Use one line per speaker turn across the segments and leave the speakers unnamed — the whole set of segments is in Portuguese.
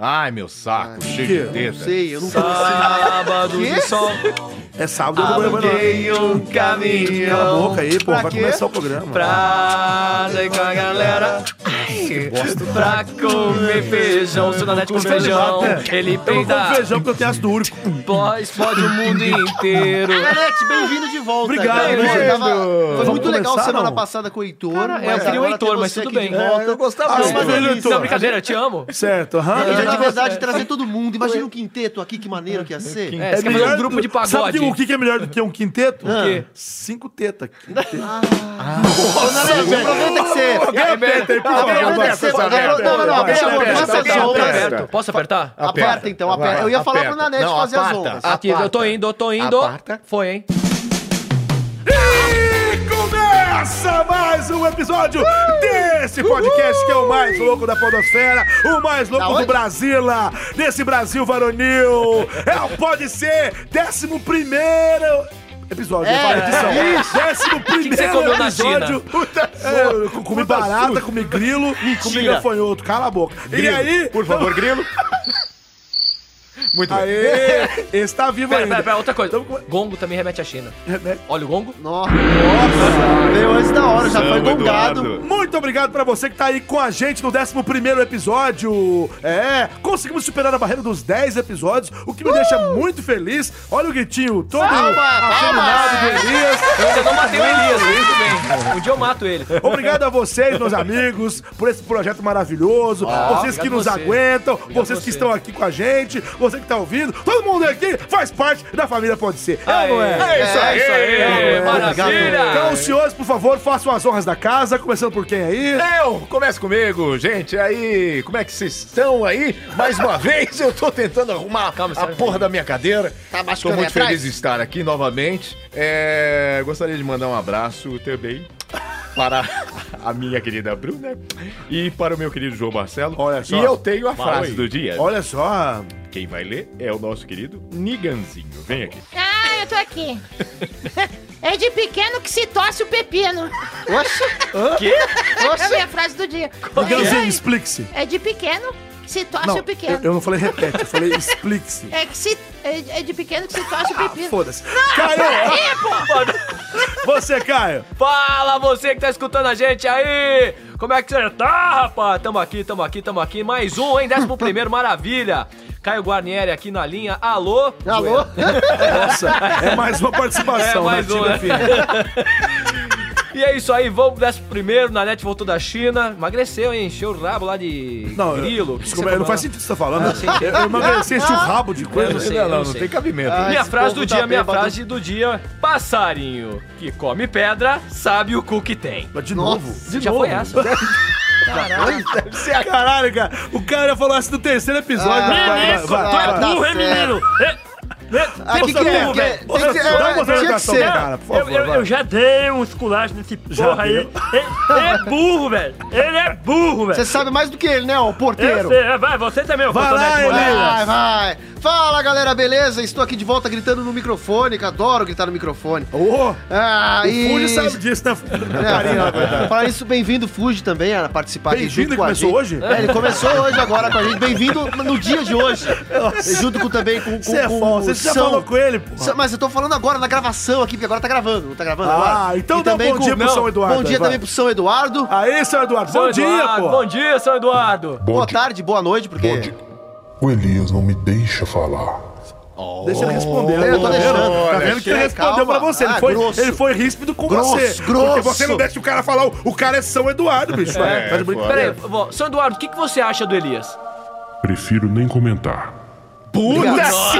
Ai, meu saco, cheio
que?
de
Eu
teta.
Não sei, eu nunca
Sábado de sol.
É sábado, eu não vou levar nada.
um caminho.
Cala a boca aí, pô,
Pra
vai
quê?
começar o programa. É
Pra sair com a galera. Pra comer feijão, se não com feijão, ele
né? Eu não como
peida.
um feijão porque eu tenho ácido úrico.
Pô, Explode o mundo inteiro.
Ah,
Garete, bem-vindo de volta.
Obrigado,
cara.
bem-vindo.
Você tava- Foi
Vamos
muito legal
começar,
semana
não?
passada com o Heitor.
Cara, eu
mas
queria o
agora
Heitor,
ter
mas
você
tudo
aqui
bem.
de volta.
gostava
Ah,
de
mas
Heitor. É.
Isso, não, brincadeira, eu te amo.
Certo,
É,
aham.
E já de verdade trazer todo mundo. Imagina um quinteto aqui, que maneiro que ia ser.
É, você quer fazer um grupo de pagode.
Sabe o que que é melhor do que um quinteto?
Ah.
quê?
Cinco tetas.
Não, não, aproveita que você.
Aperta aí, por favor.
Aperta,
Aperta,
aperta,
essa
aperta,
merda.
não, não, não,
Aperta,
pelo amor de
aperta,
Deus,
aperta,
aperta.
aperta.
Posso apertar?
Aperta, então, aperta. Eu ia falar pro Nanete
Não,
fazer as
aparta,
ondas.
Aqui, eu tô
aparta.
indo, eu tô indo.
Aparta.
Foi, hein?
E começa mais um episódio desse podcast que é o mais louco da podosfera, o mais louco
Da
do
onde?
Brasila, desse Brasil varonil. É o Pode Ser, décimo primeiro... Episódio,
É,
eu falo edição. Décimo primeiro
você comeu na
episódio. Puta, é, eu comi barata, comi grilo, comi gafanhoto. Cala a boca. e
Grilo,
aí...
Por favor, grilo. Muito bem.
Aê, esse tá vivo
Pera,
ainda.
pera, pera, outra coisa.
Então, como é-
Gongo também remete à China.
Remete-
Olha o gongo.
Nossa, veio antes da hora, já foi
Samba,
gongado.
Eduardo.
Muito obrigado pra você que tá aí com a gente no 11 episódio. É, conseguimos superar a barreira dos 10 episódios, o que me deixa
Uh!
muito feliz. Olha o gritinho todo afeminado do Elias.
Você não bateu o Elias, muito bem. Um dia eu mato ele.
Obrigado a vocês, meus amigos, por esse projeto maravilhoso. vocês que
Ah, obrigado
nos
você.
aguentam, vocês
você.
que estão aqui com a gente, você que tá ouvindo. Todo mundo aqui faz parte da família Pode Ser. É ou não é?
É isso aí,
é,
maravilha.
Então, senhores, por favor, façam as honras da casa, começando por quem aí?
Eu! Começa comigo, gente. Aí, como é que vocês estão aí? Mais uma vez, eu tô tentando arrumar
Calma,
a
sai.
porra da minha cadeira.
Tá machucando
Tô muito
aí atrás?
feliz de estar aqui novamente. É, gostaria de mandar um abraço também para a minha querida Bruna e para o meu querido João Marcelo.
Olha só.
E eu tenho a
Fala
frase
aí.
do dia.
Olha só.
Quem vai ler é o nosso querido Niganzinho. Vem aqui.
Ah, eu tô aqui. É de pequeno que se torce o pepino.
Oxe,
É a minha frase do dia.
Miguelzinho, explique-se.
É de pequeno que se torce
Não,
o pequeno.
eu, eu não falei repete, eu falei explique-se.
É, que se... é é de pequeno que se torce o
Ah,
pepino.
Foda-se. Caio! Você, Caio!
Fala você que tá escutando a gente aí! Como é que você tá, rapaz? Tamo aqui, tamo aqui, tamo aqui. Mais um, hein? Décimo primeiro, maravilha! Caio Guarnieri aqui na linha. Alô?
alô?
Nossa, é mais uma participação né,
É mais
na
uma.
Tina
E é isso aí, vamos pro décimo primeiro. Na net voltou da China. Emagreceu, hein? Encheu o rabo lá de
Não, eu-
grilo. O que
desculpa,
você
não
comeu
faz
lá?
sentido o que você tá falando.
Ah, sim, sim.
eu eu emagreci, enchi o rabo de
Eu não
coisa. assim, né?
sei, eu não sei.
cabimento.
Ah,
Minha
esse
frase
povo
do
tá
dia, minha
bêbado.
frase do dia. Passarinho que come pedra sabe o cu que tem.
Mas De
Nossa.
novo.
De Já foi essa.
Caralho.
Caralho, cara. O cara falou assim no terceiro episódio. né,
Ah,
vai,
É
vai,
isso,
vai,
tá.
vai.
Tá
burro, hein,
certo.
menino? É,
Ah, que que é? Que é? Tem que ser-
Dá uma
é, Tinha que
consideração pro
ser.
cara, por
Eu,
favor.
eu-
vai.
eu já dei um esculacho nesse
Já
porra aí.
deu.
Ele, ele é burro, velho. Ele é burro, velho.
Você sabe mais do que ele, né, o
Eu
porteiro?
sei, é, vai, você também, ô
Vai
Cotonete
lá, Ah,
Moleque.
Elias.
né?
Vai, vai. Fala, galera, beleza? Estou aqui de volta gritando no microfone, que adoro gritar no microfone.
Ô,
Ah,
o Fuji
e...
sabe disso, né? Carinha, lá, coitado.
É, para isso, bem-vindo Fuji também a participar aqui
Bem-vindo,
junto
ele
com a
começou
gente.
hoje?
É, ele começou hoje agora com a gente. Bem-vindo no dia de hoje. Junto com também com, com,
Você é
com
foda, você já
São.
falou com ele, pô.
Sa- Mas eu tô falando agora na gravação aqui, porque agora tá gravando, não tá gravando
Ah,
agora?
então
E
dá um
também
bom dia pro
Não,
São Eduardo,
Bom dia
vai.
também pro São
Ah,
Eduardo.
Aí, seu Eduardo, bom
São
dia,
Eduardo,
pô.
Bom dia, São Eduardo.
Boa tarde, boa noite, porque...
Bom dia. O Elias não me deixa falar.
Deixa ele responder.
eu tô
tá vendo?
deixando.
Tá
Olha,
vendo que ele respondeu
calma.
pra você. Ele,
Ah,
foi,
grosso.
ele foi ríspido com
Grosso,
você. Porque
grosso. É,
você não deixa o cara falar. O, o cara é São Eduardo, bicho. Vai, vai de brincadeira.
Peraí, vó, São Eduardo, o que, que você acha do Elias?
Prefiro nem comentar.
Puta se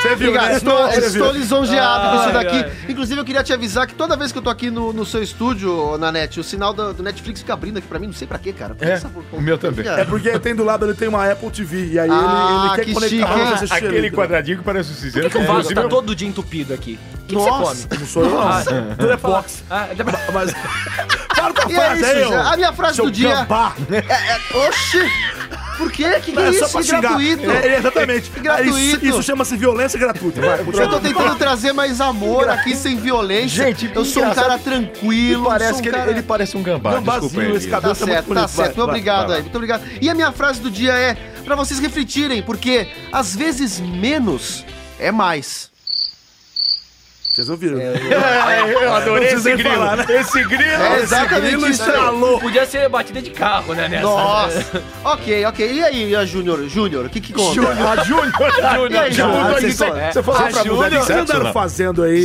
Você viu,
Obrigado,
né?
estou,
Você
estou
viu.
lisonjeado com isso
Ai,
daqui.
ai.
Inclusive, eu queria te avisar que toda vez que eu tô aqui no, no seu estúdio, na net, o sinal do, do Netflix fica abrindo aqui pra mim, não sei pra quê, cara.
É,
Pensa por-
o meu também.
Fica-
É porque tem do lado, ele tem uma Apple TV. E aí ele-
Ah,
ele,
que
quer conectar
chique,
pra
hein?
você assistir.
Aquele
ele,
quadradinho que parece o cinzeiro.
Por que, que o
é,
vaso tá
inclusive,
todo dia entupido aqui? O que, que você
Nossa.
come?
Não sou eu,
Ah,
não.
eu ia falar. Ah, dá pra-
Mas... Para com a
E é
frase
isso,
aí,
já.
ô.
a minha frase
Seu
do dia.
gambá.
Oxi! Por quê? Que que é
É
isso?
só pra
Que
xingar.
gratuito.
É, é, exatamente.
Que gratuito.
Isso, isso chama-se violência gratuita. Vai,
Eu tô tentando trazer mais amor aqui, sem violência.
Gente,
eu sou um
engraçado.
cara tranquilo. sou
parece
um
que ele,
cara-
ele parece um gambá.
Gambazinho,
Desculpa aí.
esse cabelo.
Tá
Tá muito
certo,
bonito.
tá
Vai,
certo. Muito
vai,
obrigado
vai lá.
aí, muito obrigado. E a minha frase do dia é pra vocês refletirem, porque às vezes menos é mais.
Vocês ouviram? né?
eu adorei
Não precisei
esse grilo.
falar, né?
Esse grilo.
É
grilo
exatamente isso. aí.
estralou.
Podia ser batida de carro, né, nessa?
Nossa. ok, ok. E aí, a Júnior? Júnior, o que que conta?
Júnior,
E
Júnior,
aí, Júnior?
Júnior.
Vocês
Você-
só-
Você falou
Ah,
pra mudar
Júnior,
de
o que
sexo ou
andaram
não?
fazendo aí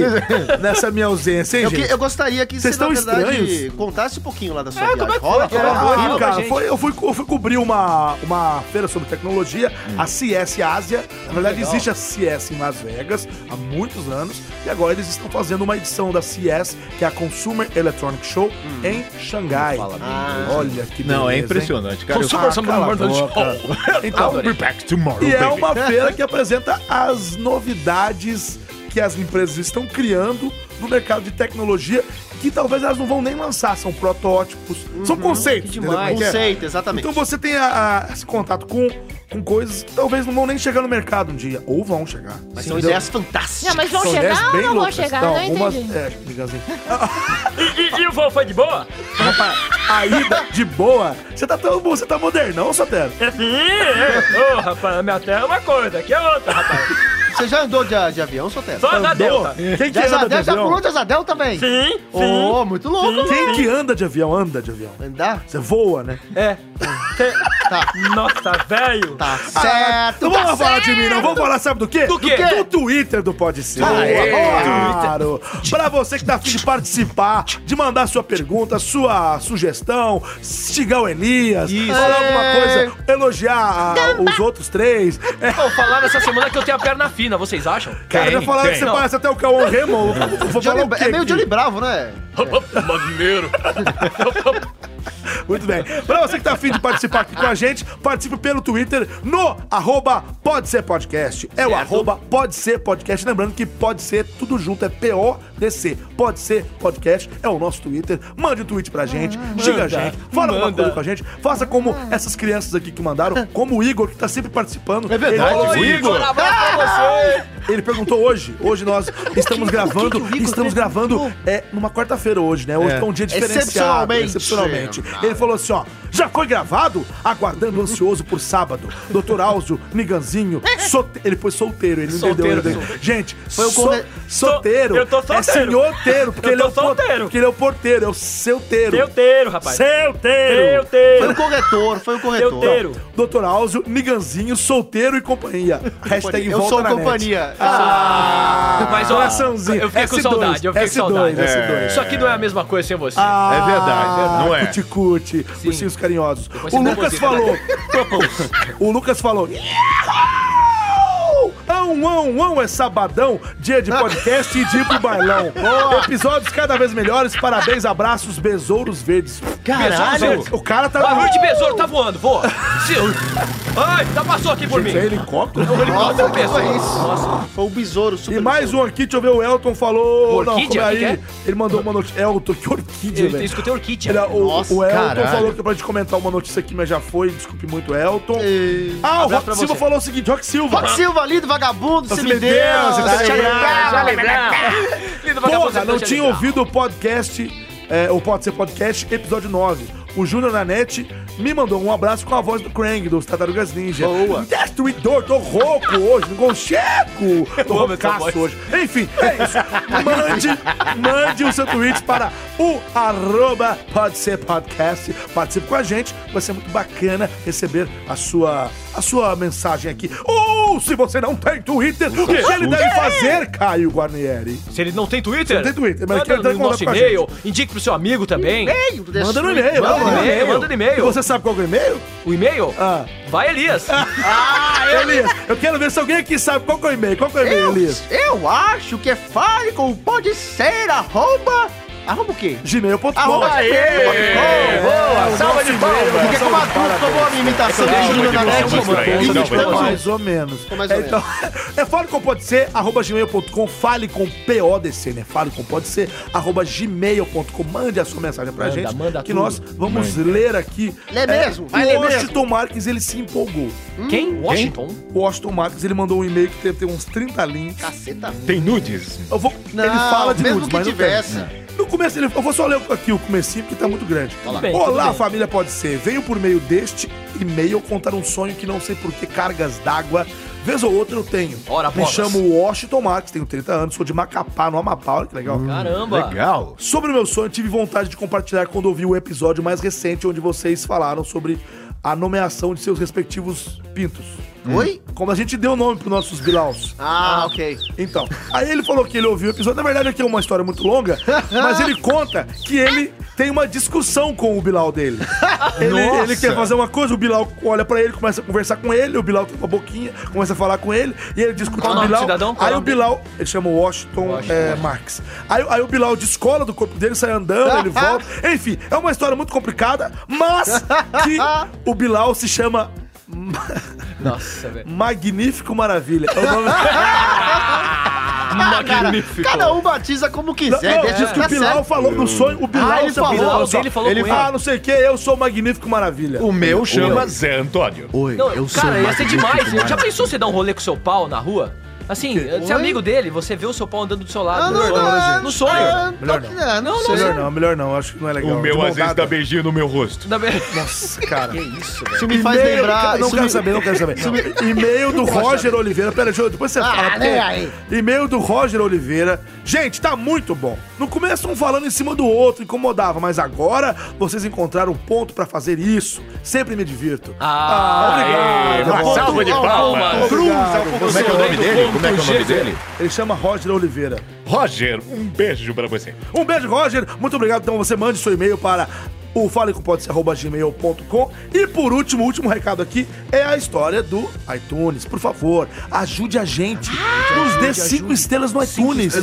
nessa minha ausência, hein,
Eu, que-
gente?
eu gostaria que
Vocês
você, na
estão
verdade,
estranhos?
contasse um pouquinho lá da sua
É,
viagem.
como é que foi?
Rola,
Como é que
rola.
foi?
Ah,
Fala,
cara,
gente.
foi- eu, fui, eu fui cobrir uma, uma feira sobre tecnologia, a CS Ásia. Na verdade, existe a CS em Las Vegas há muitos anos. E agora eles estão fazendo uma edição da CS, que é a Consumer Electronic Show, em Xangai. Olha que
Não, é
beleza, hein?
impressionante, cara.
Consumer
Eu-
Summer
cala a
Morning Show.
boca. Então,
I'll be back tomorrow,
E é
baby.
uma feira que apresenta as novidades que as empresas estão criando no mercado de tecnologia, que talvez elas não vão nem lançar, são protótipos, são
Uhum.
conceitos.
que
entendeu como é que é?
Conceito, exatamente.
Então você tem a- a- esse contato com, com coisas que talvez não vão nem chegar no mercado um dia, ou vão chegar.
Mas são
Entendeu?
ideias fantásticas.
Não, mas vão
São ideias
chegar ou
bem
não vão
loucas.
chegar? Não,
algumas-
entendi.
é, digamos assim,
E, e, e o voo foi de boa?
Rapaz, a ida de boa, você tá tão bom, você tá modernão, Sotero.
É sim, é. Ô, rapaz, a minha terra é uma coisa, aqui é outra, rapaz.
Você já andou de, de avião, seu Teto?
Só da
Andou?
Tá.
Delta.
Quem que
Já, é já,
anda de
já, já pulou
avião?
de Azadel também?
Sim, sim.
Ô, muito louco, né?
Quem que anda de avião? Anda de avião.
Andar?
Você voa, né?
É.
Tá.
Nossa, velho.
Tá certo,
Não
tá
Ah, vamos falar de mim, não. Vamos falar, sabe do quê? Do
quê?
Do Twitter do Pode Ser. Claro. Pra você que tá afim de participar, de mandar sua pergunta, sua sugestão, xingar o Elias, falar alguma coisa, elogiar a- os outros três. É,
Pô, falaram essa semana que eu tenho a perna fina, vocês acham?
cara,
Tem,
já falaram
tem.
que você
Não.
parece até o Cauã Remo. Eu Vou falar
Johnny-
o quê?
é meio
aqui?
Johnny Bravo, né?
Muito bem. Pra você que tá afim de participar aqui com a gente, participe pelo Twitter no arroba pode ser podcast. É o arroba pode ser podcast. Lembrando que pode ser tudo junto, é P-O-D-C. Pode ser podcast, é o nosso Twitter. Mande um tweet pra gente, xinga a gente, fala alguma coisa com a gente. Faça como essas crianças aqui que mandaram, como o Igor, que tá sempre participando. É
verdade,
ele,
o
ele,
Igor.
Igor, um abraço pra você!
ele perguntou hoje. Hoje nós estamos gravando,
o Igor
estamos gravando é, numa quarta-feira hoje, né? Hoje é. um dia diferenciado.
Excepcionalmente.
Excepcionalmente. Ele falou assim, ó, já foi gravado? Aguardando ansioso por sábado. Doutor Áuzio, Niganzinho, sote... ele foi solteiro, ele não
Solteiro,
entendeu. ainda. Gente, foi o
o conve-
solteiro
Eu tô
é
solteiro.
senhorteiro, porque
Eu
ele é
tô
o por-
solteiro.
porque ele é o porteiro, é o seuteiro.
Teuteiro, rapaz.
Seuteiro.
Foi o
Teuteiro.
corretor, foi o corretor.
Teuteiro.
Doutor Áuzio, Niganzinho, solteiro e companhia. Hashtag
Eu
volta
sou
na net.
companhia.
Ah,
Mas, ó,
coraçãozinho.
eu fiquei com saudade, eu fiquei com
S2,
saudade.
S2.
Isso aqui não é a mesma coisa sem você.
Ah,
É verdade, não é.
Cuticute, ursinhos carinhosos.
Depois
O
você
Lucas
deposita,
falou,
Propulse.
o Lucas falou. Ão, ão, ão, é sabadão, dia de podcast e dia pro bailão. Episódios cada vez melhores, parabéns, abraços, besouros verdes.
Caralho.
o cara tá
Barulho de besouro, tá voando, voa. Se- Ai, tá passou aqui por mim.
Isso é helicóptero?
Não, ele
Nossa,
passou
que
besouro.
foi isso?
Nossa,
Foi o besouro super.
E mais um aqui, deixa eu ver, o Elton falou. não, como
Orquídea?
é aí?
Que que é?
Ele mandou uma notícia. Elton, que orquídea,
eu
velho.
escutei orquídea.
Era o,
Nossa,
o Elton
caralho.
falou que pra gente comentar uma notícia aqui, mas já foi. Desculpe muito, Elton.
E-
Ah, o
Abraço
Rock
pra
Silva
você.
falou o seguinte: Rock Silva.
Rock Silva, lindo, vagabundo,
Nossa,
se
meu
me deu.
Deus, você tá
Deixa
lembrando.
lembrar.
Já lembrei. Lindo vagabundo,
Porra, não
deixa
tinha
eu lembrar.
ouvido o podcast, é, o Pode Ser Podcast, episódio 9. O Júnior Nanete me mandou um abraço com a voz do Krang, dos Tartarugas Ninja.
Boa.
Destruidor, tô rouco hoje, não consigo. Tô
Boa, essa
roucaço
voz.
hoje. Enfim, é isso. Mande, mande o seu tweet para o arroba Pode Ser Podcast. Participe com a gente, vai ser muito bacana receber a sua, a sua mensagem aqui. Ou se você não tem Twitter, o que ele deve fazer, Caio Guarnieri?
Se ele não tem Twitter,
não tem Twitter, mas ele
manda
tá em
no nosso
contato com a
e-mail, indique pro seu amigo também.
Deixa-
Manda no e-mail,
Manda
lá,
no e-mail, manda no e-mail.
E Você sabe qual que é o e-mail?
O e-mail?
Ah.
Vai, Elias.
Ah,
Elias, eu quero ver se alguém aqui sabe qual que é o e-mail. Qual que é o e-mail,
Eu,
Elias?
eu acho que é fale com pode ser arroba Arroba o quê?
Gmail.com.
Arroba gmail.com.
Boa, salva de palmas.
Porque como a Cruz tomou a minha imitação de
Parabéns.
é
Júlio na
Parabéns.
net, então,
Parabéns.
imitamos
Parabéns.
mais.
Mais ou menos.
Mais ou
então, é fale com pode ser, arroba gmail.com, fale com PODC, né? Fale com pode ser, arroba gmail.com. Mande a sua mensagem pra
Manda,
gente.
manda
que
tudo.
nós vamos ler aqui. É,
Lê mesmo, vai
o
ler
Washington Marques, ele se empolgou.
Quem? Washington?
O Washington Marques, ele mandou um e-mail que teve, teve uns 30 links.
Caceta.
Tem nudes?
Eu vou,
Não,
ele fala de
mesmo
nudes,
que
mas não
tivesse.
tem. No começo, ele, eu vou só ler aqui o comecinho, porque tá muito grande.
bem, tudo
Olá,
bem.
família pode ser. Venho por meio deste e-mail contar um sonho que não sei por que cargas d'água. Vez ou outra eu tenho.
Ora,
Me
bolas.
chamo Washington Marques, tenho 30 anos, sou de Macapá, no Amapá, olha que legal.
Hum.
Caramba.
Legal.
Sobre o meu sonho, tive vontade de compartilhar quando ouvi o episódio mais recente onde vocês falaram sobre a nomeação de seus respectivos pintos.
Oi?
Como a gente deu nome pros nossos bilaus.
Ah, ok.
Então, aí ele falou que ele ouviu o episódio. Na verdade, aqui é uma história muito longa, mas ele conta que ele tem uma discussão com o Bilal dele. Ele,
Nossa!
ele quer fazer uma coisa, o Bilal olha pra ele, começa a conversar com ele, o Bilal tem uma boquinha, começa a falar com ele, e ele discute
Qual
com o
o nome do
Bilal.
cidadão? Qual é
aí o
o nome dele?
Bilal, ele chama o Washington, é, Marx. Aí, aí o Bilal descola do corpo dele, sai andando, ele volta. Enfim, é uma história muito complicada, mas que o Bilal se chama
Nossa, velho.
Magnífico Maravilha. É o nome
Ah, cara, cada um batiza como quiser.
Não,
deixa
diz que
tá
o Bilal
certo.
falou do sonho. O Bilal,
ele
seu
falou,
Bilal,
o dele falou
ele
com
fala,
ele.
ah, não sei o que, eu sou o Magnífico Maravilha.
O meu chama Zé Antônio.
um.
Oi,
Não, cara, ia ser demais.
Magnífico
Já pensou você dar um rolê com seu pau na rua? Assim, você é
Oi?
amigo dele, você vê o seu pau andando do seu lado.
Ah,
no
não,
sonho.
não,
No sonho.
Ah,
Melhor
não,
não.
não, não sei.
melhor não, melhor não, acho que não é legal.
O meu
De
às vezes
maldade.
dá beijinho no meu rosto.
Ainda bem-
Nossa, cara.
Isso me faz
E-mail-
lembrar.
Não
isso
quero
me-
saber, não quero saber. E-mail do Roger Oliveira. Pera, Jô, depois você fala. porque-
né, aí.
E-mail do Roger Oliveira. Gente, tá muito bom. No começo um falando em cima do outro, incomodava, mas agora vocês encontraram um ponto pra fazer isso. Sempre me divirto.
Ah,
Aê,
obrigado.
uma salva de
Alguma,
palmas.
Cruz, é um pouco
Como é que é o nome
do
dele?
ponto
Como é que é o nome
G,
dele?
Ele chama Roger Oliveira.
Roger, um beijo pra você.
Um beijo, Roger. Muito obrigado. Então você mande seu e-mail para o falecompodecer.gmail.com E por último, o último recado aqui é a história do iTunes. Por favor, ajude a gente.
Ah!
Nos dê cinco estrelas no iTunes.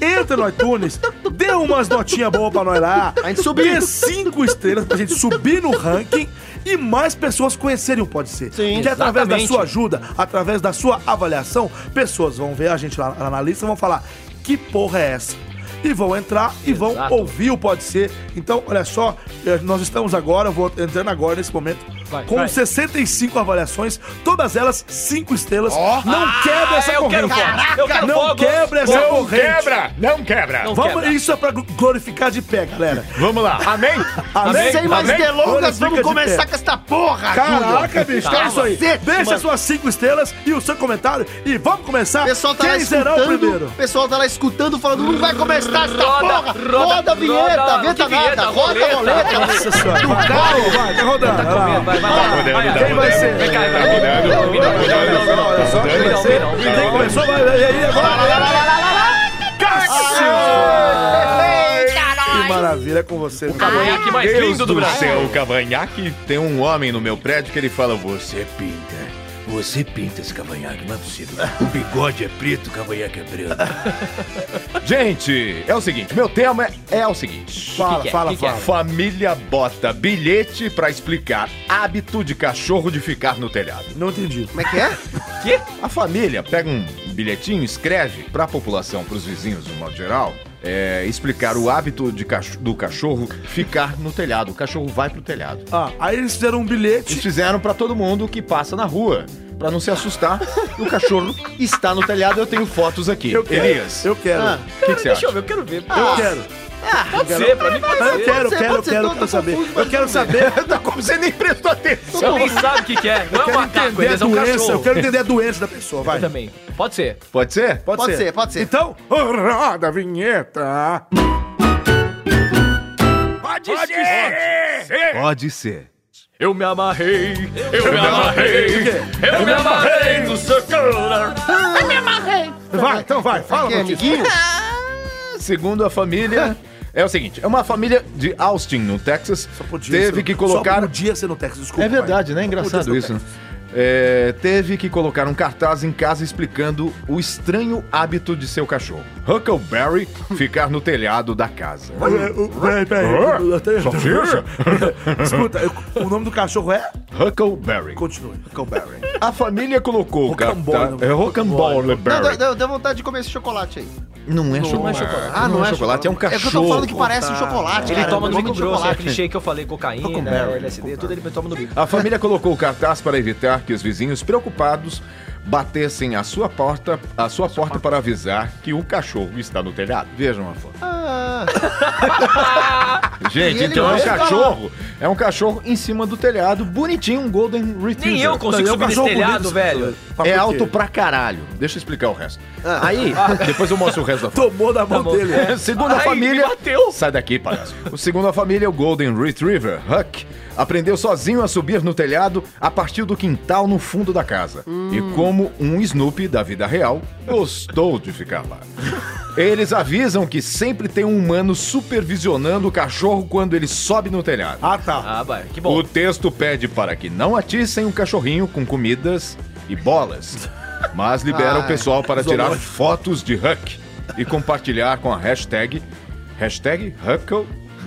Entra no iTunes, dê umas notinhas boas pra nós lá.
A gente subir.
Dê cinco estrelas pra gente subir no ranking e mais pessoas conhecerem o Pode Ser.
Sim,
que é através da
exatamente.
sua ajuda, através da sua avaliação, pessoas vão ver a gente lá, lá na lista e vão falar: que porra é essa? E vão entrar e vão
Exato.
ouvir o Pode Ser. Então, olha só, eh, nós estamos agora, eu vou entrando agora nesse momento,
Vai,
com
vai.
65 avaliações, todas elas cinco estrelas. Não quebra essa
Ah, É, eu quero
corrente.
fogo. Eu quero
é não
fogo.
quebra essa
Não
corrente.
quebra! Não quebra!
Não.
Vamos,
quebra.
isso é pra glorificar de pé, galera.
Vamos lá. Amém?
Amém?
Sem mais
Amém?
Olha,
delongas,
fica
vamos
de
começar
pé.
com esta porra,
Caraca, bicho, é isso aí.
Cacete,
Deixa
mano.
suas cinco estrelas e o seu comentário e vamos começar.
O pessoal tá lá
Quem será o
escutando,
primeiro?
o pessoal tá lá escutando, falando, não vai começar esta porra!
roda,
Roda a vinheta,
roda,
vinheta
que vinheta,
nada, roda a
roleta.
roleta!
Nossa senhora. Vai, vai, vai, tá rodando. Vai lá.
Vai,
Tá rodando, tá
Quem
vai, vai. vai, vai.
vai
rodando.
ser?
Vem cá, Tá
Não,
rodando,
não, não, não, não.
tá
Olha só,
rodando.
vai ser.
não, não,
Quem
não.
começou, vai, vai, e aí agora? Cássio! Que maravilha é com você. meu
O
querido.
Tá, aqui mais
Deus
lindo do Brasil.
céu, cavanhaque. Tem um homem no meu prédio que ele fala: Você pinta. Você pinta esse cavanhaque, não é possível. O bigode é preto, o cavanhaque é preto. Gente, é o seguinte: meu tema é, é o seguinte.
Fala,
que é?
fala,
Que que é?
fala.
Família bota bilhete pra explicar hábito de cachorro de ficar no telhado.
Não entendi.
Como é que é?
A família pega um bilhetinho, escreve para a população, para os vizinhos, no modo geral, é, explicar o hábito de cach- do cachorro ficar no telhado. O cachorro vai pro telhado.
Ah, aí eles fizeram um
Eles
bilhete.
fizeram para todo mundo que passa na rua, para não se assustar. o cachorro está no telhado. Eu tenho fotos aqui.
Eu quero.
Elias,
Eu quero.
Ah,
o que, que você
Deixa
acha?
eu ver, eu quero ver.
Eu quero.
Ah,
Ah,
Pode ser, pra mim pode
Eu
ser.
quero, eu
ser,
quero, eu
pode ser,
quero,
tô-
eu
tô
quero saber.
confuso,
Eu
mas
quero
tudo
saber.
Tá como você nem prestou atenção.
Nem sabe o que que é. Não é um
Quero
macaco,
entender a
eles é um
doença. Eu
cachorro.
quero entender a doença da pessoa, vai.
Eu também. Pode ser.
Pode ser?
Pode,
Pode
ser.
ser, pode ser.
Então, roda a vinheta.
Pode, ser.
É.
Pode ser.
Eu me amarrei, eu, me amarrei, eu me amarrei no seu calor.
Eu me amarrei.
Vai, então
Tá
vai, fala,
Que é,
Matias.
amiguinho?
Ah, Segundo a família. É o seguinte, é uma família de Austin, no Texas,
Só podia ser
teve
no-
que colocar
Só um podia ser no Texas, desculpa.
É verdade,
pai.
né?
Só podia ser
Engraçado
no
isso.
Texas.
é, teve que colocar um cartaz em casa explicando o estranho hábito de seu cachorro. Huckleberry ficar no telhado da casa.
Peraí, peraí. Eu tenho- Escuta, eu- o nome do cachorro é? Então,
Huckleberry.
Continue.
A família colocou o
Rocambole,
cartaz... É
Não, deu,
Rocambole.
deu- deu vontade de comer esse chocolate aí.
Não é
Não é
chocolate.
chocolate.
Ah, não é chocolate, é um
É que eu tô falando que
cachorro.
parece um chocolate,
Ele
cara.
toma
é
no
nome
bico
de
grosso, é
chocolate.
aquele shake que eu falei, cocaína, LSD, tudo ele toma no bico.
A família colocou o cartaz para evitar que os vizinhos preocupados batessem a sua porta, a sua porta para avisar que o cachorro está no telhado. Vejam a foto.
Ah, E
Gente,
ele
então é um
vai falar.
cachorro, é um cachorro em cima do telhado, bonitinho, um golden retriever.
Nem eu consigo
É um
subir nesse
cachorro
telhado,
bonito,
velho.
Pra
É
por
alto
quê?
pra caralho. Deixa eu explicar o resto. Aí, depois eu mostro o resto da foto.
Tomou da mão dele.
É, segundo a
Ai,
família.
me bateu.
Sai daqui, palhaço. O segundo a família, é o Golden Retriever, Huck, aprendeu sozinho a subir no telhado a partir do quintal no fundo da casa.
Hum.
E como um Snoopy da vida real, gostou de ficar lá. Eles avisam que sempre tem um humano supervisionando o cachorro quando ele sobe no telhado.
Ah, tá.
Ah, vai, que bom.
O texto pede para que não atissem o cachorrinho com comidas e bolas, mas libera o
Ai,
pessoal para tirar
zoológico.
fotos de Huck e compartilhar com a hashtag hashtag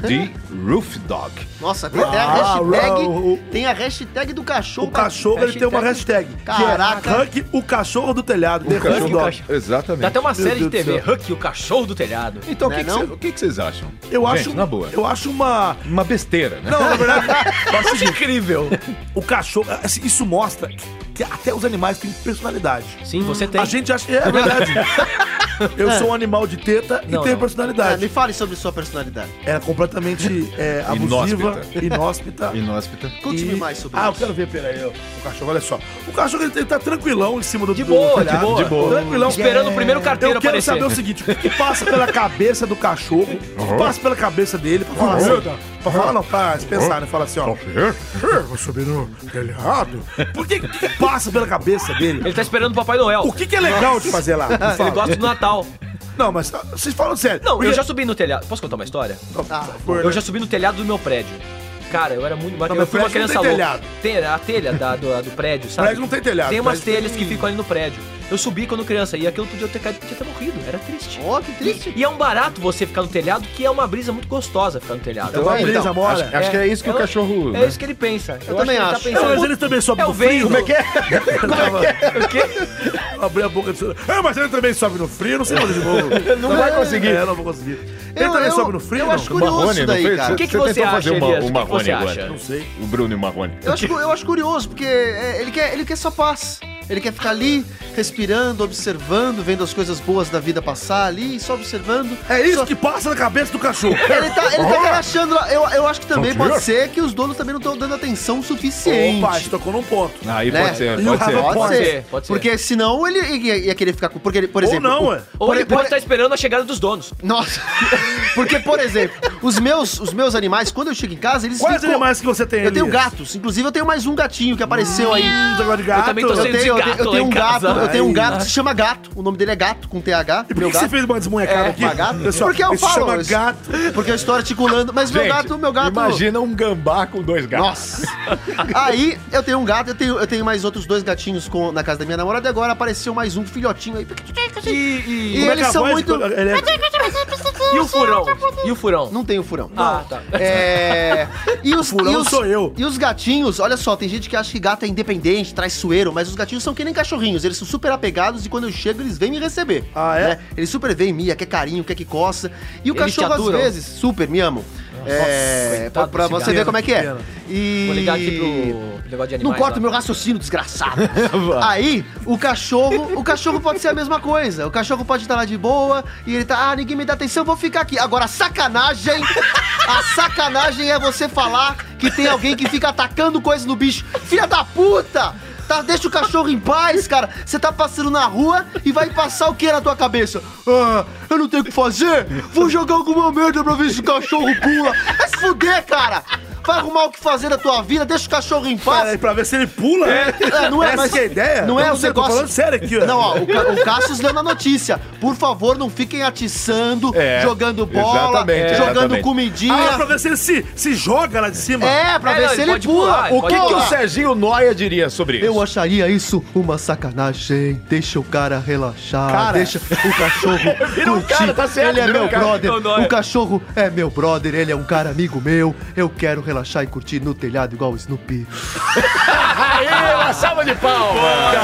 HuckleDRoofDog.
nossa, tem até a
Ah,
hashtag.
o- o-
tem a hashtag do cachorro.
O cachorro, ele tem uma hashtag. Que é
Caraca.
Huck, o cachorro do telhado. The Huck
cachorro-
Dog.
cachorro. Tá Dá
Exatamente.
até uma
Meu
série de
Deus do
TV,
céu.
Huck, o cachorro do telhado.
Então, o
Não
que
é
que
não?
cê- o que que vocês acham?
Eu acho, um-
Gente, na boa.
eu acho uma...
Uma besteira, né?
Não, na verdade,
Nossa, é incrível.
o cachorro... assim, Isso mostra que até os animais têm personalidade.
Sim, você tem.
A gente acha... É verdade. Eu sou um animal de teta
Não,
e tenho
não.
Ah, me
personalidade.
fale sobre sua personalidade.
Era completamente é, abusiva, inóspita.
Inóspita.
Conte-me mais sobre
Ah, eu
isso.
quero ver, peraí. ó, O cachorro, olha só. O cachorro ele, ele tá tranquilão em cima do
De
do
boa, de
telhado.
boa.
de boa.
Tranquilão.
Esperando o primeiro carteiro
Eu quero
aparecer.
saber o seguinte: o que que passa pela cabeça do cachorro? O que passa pela cabeça dele pra falar assim? Pra falar, não, pra se pensar, né? Fala assim, ó. "Eu Vou subir no telhado. Por que, o que que passa pela cabeça dele?
Ele tá esperando o Papai Noel.
O que, que é legal de fazer lá? Me
Ele
fala.
gosta do Natal.
Não, mas ah, vocês falam sério.
Não,
Porque-
eu já subi no telhado. Posso contar uma história?
Ah,
Eu já subi no telhado do meu prédio. Cara, eu era muito.
Não,
eu
mas
fui uma
prédio
criança
não tem
louca. Tem a telha da- do, do prédio, sabe?
Prédio não tem telhado,
Tem umas
prédio
telhas que ficam ali no prédio. Eu subi quando criança e aquilo podia ter caído, podia ter morrido. Era triste.
Ó, que triste.
E é um barato você ficar no telhado, que é uma brisa muito gostosa ficar no telhado.
É uma brisa, mora.
acho, acho que é Então isso que
Eu-
o cachorro.
É
né?
isso que ele pensa. Eu,
também
que ele
acho.
Tá
Não,
pensando,
mas eles também sobem
é o
no frio.
vento.
Como é que é?
O quê?
Abri a boca do Ah, mas ele também sobe no frio, não sei onde de novo. não
vai conseguir.
É, não vou conseguir. ele
Eu-
também
eu-
sobe no frio,
eu
não?
acho curioso isso daí, cara.
O que que você acha,
fazer uma,
Elias?
o
O que que
Marrone
você
agora.
acha?
Não sei.
O Bruno e o Marrone.
Eu acho, cu- eu acho curioso, porque é, ele, quer, ele quer só paz. Ele quer ficar ali, respirando, observando, vendo as coisas boas da vida passar ali, só observando.
É isso
Só-
que passa na cabeça do cachorro.
Ele tá, ele tá relaxando. lá. Eu, eu acho que também
Não viu?
pode ser que os donos também não estão dando atenção suficiente.
Opa, a gente tocou num ponto.
Ah, Aí
Né?
pode ser,
E o
pode ser.
Rafa-
Pode,
Pode
ser.
ser, pode ser.
Porque senão ele ia, ia querer ficar com. Porque, ele- por exemplo.
não,
o-
ué.
Ou
por-
ele
por-
pode estar esperando a chegada dos donos.
Nossa. porque, por exemplo, os meus, os meus animais, quando eu chego em casa, eles
Quais animais que você tem,
é Eu tenho
Elias?
gatos. Inclusive, eu tenho mais um gatinho que apareceu aí.
Você gosta de gato?
também tô
Eu
sem-
E
tenho,
de
eu tenho-
gato
eu
lá
tenho
em
um
casa.
gato, eu tenho um
Ai.
gato que se chama Gato. O nome dele é Gato, com TH,
por
meu
que você
gato.
fez uma desmunhecada
É,
aqui?
uma gata.
Olha só,
Porque eu
isso
falo,
chama
isso-
gato.
Porque eu estou articulando. Mas meu gato, meu gato.
Imagina um gambá com dois gatos.
Nossa! aí eu tenho um gato, eu tenho, eu tenho mais outros dois gatinhos com- na casa da minha namorada e agora apareceu mais um filhotinho aí. E,
Como é que
eles
a
são
voz-
muito.
Ele é-
E o furão?
tá
E o furão?
Não tem o furão.
Ah, tá.
É. E os,
furão
e os-
sou eu.
E os gatinhos, olha só, tem gente que acha que gato é independente, traiçoeiro, mas os gatinhos são que nem cachorrinhos, eles são super apegados e quando eu chego eles vêm me receber. né?
Ah, é?
Eles super vêm me, quer carinho, quer que coça. E o
Eles te
cachorro às
aturam.
vezes, super, me amam. é, pra,
coitado
pra
desse
você
gato.
ver como é que é.
Pena.
E...
Vou ligar aqui pro pro negócio de animais.
Não corta
lá.
o meu raciocínio, desgraçado. Aí, o cachorro, o cachorro pode ser a mesma coisa. O cachorro pode estar lá de boa e ele tá, ah, ninguém me dá atenção, vou ficar aqui. Agora, a sacanagem, a sacanagem é você falar que tem alguém que fica atacando coisa no bicho. Filha da puta! Tá, deixa o cachorro em paz, cara. Você tá passando na rua e vai passar o que na tua cabeça? Ah, eu não tenho o que fazer? Vou jogar alguma merda pra ver se o cachorro pula. É se fuder, cara! Vai arrumar o que fazer da tua vida, deixa o cachorro em paz.
Peraí, pra ver se ele pula.
É, não é,
Essa
mas-
que é a ideia?
não é,
Eu
o
sei, Tô
negócio-
falando sério aqui, ó.
Não, ó, o, Ca- o Cassius leu na notícia. Por favor, não fiquem atiçando,
É,
jogando bola,
exatamente,
jogando
exatamente.
comidinha.
Ah, pra ver se ele se, se joga lá de cima.
é, pra
É,
ver
não,
se
ele
ele
pode
pula.
pular, ele
O
pode
que, que o
pular.
Serginho Noia diria sobre isso?
Eu acharia isso uma sacanagem. Deixa o cara relaxar. Deixa o cachorro curtir.
um cara, tá certo,
ele é
vira
meu
um cara.
brother.
Não, não é.
O cachorro é meu brother. Ele é um cara amigo meu. Eu quero relaxar e curtir no telhado igual o Snoopy.
Aê, uma salva de palmas!
né?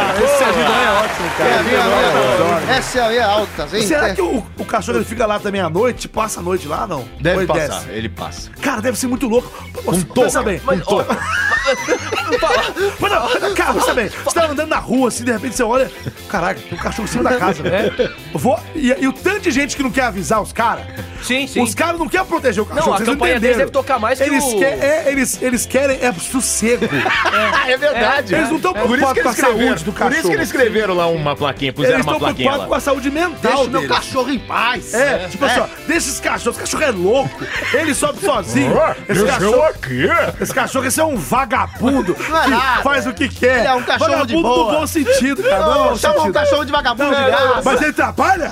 É a minha, minha, essa é a minha alta, hein?
Será que o, o cachorro ele fica lá também à noite, passa a noite lá, não? Ou
Deve
ele
passar,
desce?
ele passa.
Cara, deve ser muito louco. Um
touca,
bem.
um touca.
Mas não, cara, pensa bem. Você tá andando na rua, assim, de repente você olha. Caraca, tem um cachorro em
É.
cima da casa. né? Vou, e, e o tanto de gente que não quer avisar os caras.
Sim, sim.
Os caras não querem proteger o cachorro.
Não, a
vocês não
campanha
entenderam.
deles deve tocar mais que
eles
o-
quer- é, eles, eles querem é sossego.
Ah, é verdade.
É, eles não tão
Por isso
preocupados
que
com
eles
a saúde do
escreveram. Por isso que
cachorro.
eles escreveram lá um uma plaquinha,
eles
puseram
estão
uma plaquinha
preocupados com
lá.
a saúde mental
Deixa o meu
deles.
cachorro em paz.
É, tipo assim, ó, deixa esse cachorro, esse cachorro é louco, ele sobe sozinho. Esse cachorro,
aqui.
esse cachorro, esse é um vagabundo que
Não é nada.
faz o que quer.
Ele é um cachorro
vagabundo
de boa.
no bom sentido, cara. Não,
Não,
no
chama o
sentido.
cachorro de vagabundo
É, Não,
de graça.
mas ele trabalha?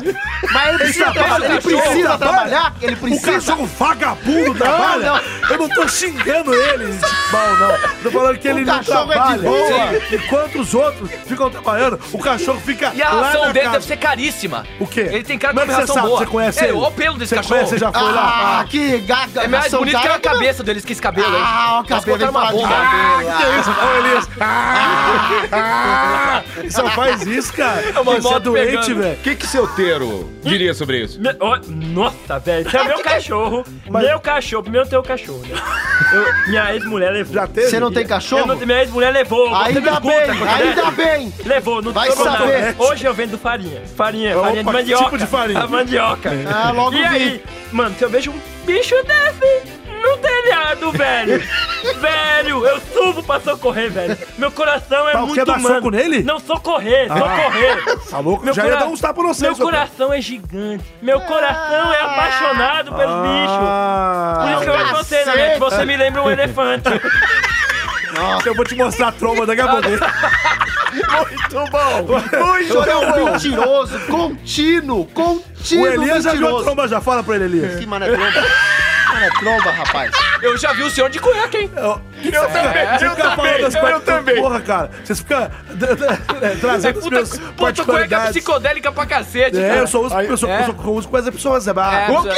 Mas ele precisa,
trabalha,
trabalhar, ele
o cachorro trabalha.
precisa trabalhar, ele
O
precisa.
cachorro vagabundo trabalha?
não.
Eu não tô xingando ele de mal, não. Tô falando que ele não
cachorro é de
trabalha.
boa.
Enquanto os outros ficam trabalhando, o cachorro fica
E a
lá
ração
na
dele
casa.
deve ser caríssima.
O quê?
Ele tem cara
Como
de
é que
comer
você
ração
sabe?
boa.
Você conhece
é,
ele?
olha o pelo desse
Você
cachorro.
conhece, você já foi lá?
Ah, que gaga.
É mais
ração
bonito que a
cara, não-
cabeça deles, que esse cabelo aí.
Ah, o cabelo
Eles
vem
colocaram
falar de
uma bomba.
cabelo. Ah,
isso, Só faz isso, cara.
É uma
Você é
moto
doente,
pegando.
velho.
O que, que seu teiro diria sobre isso?
Me- ó, nossa, velho, isso é meu cachorro. Meu cachorro, primeiro tem o cachorro, né? Eu- minha ex-mulher levou.
Já teve?
Você não tem
Eu não-
cachorro?
minha ex-mulher levou. você me
Ainda
escuta,
bem,
né?
ainda bem.
Levou, não
Vai
trocou nada.
saber.
Hoje eu vendo farinha. Farinha,
Opa,
farinha
que
de mandioca.
tipo de farinha? É.
A mandioca.
Ah, logo
E
vi.
aí, mano, se eu vejo um bicho desse no telhado, velho. velho, eu subo pra socorrer, velho. Meu coração é
Pra o
muito
quê? Dar
humano.
soco nele? Ah.
Não, socorrer, socorrer.
Tá louco? Já ia
cora-
dar uns tapas no
Meu
seu.
coração é gigante.
Ah.
Meu coração é apaixonado pelos
Ah.
bichos. Por isso que eu acho você, né, gente? Você me lembra um elefante.
Eu vou te mostrar a tromba daqui a pouco.
Muito bom.
O senhor é um mentiroso, contínuo, contínuo
O Elias já viu a
mentiroso.
tromba já. Fala pra ele, Elias.
Que mané tromba. Mané tromba, rapaz.
Ah, Eu já vi o senhor de cueca, hein?
Eu também, eu também,
eu também.
Porra, cara, vocês ficam tra- tra- é,
É
trazendo os
puta,
meus
puta cueca
particularidades.
psicodélica pra cacete,
É,
cara.
eu só uso, eu só,
É.
eu só uso com as pessoas, é
É,
barra.
O quê?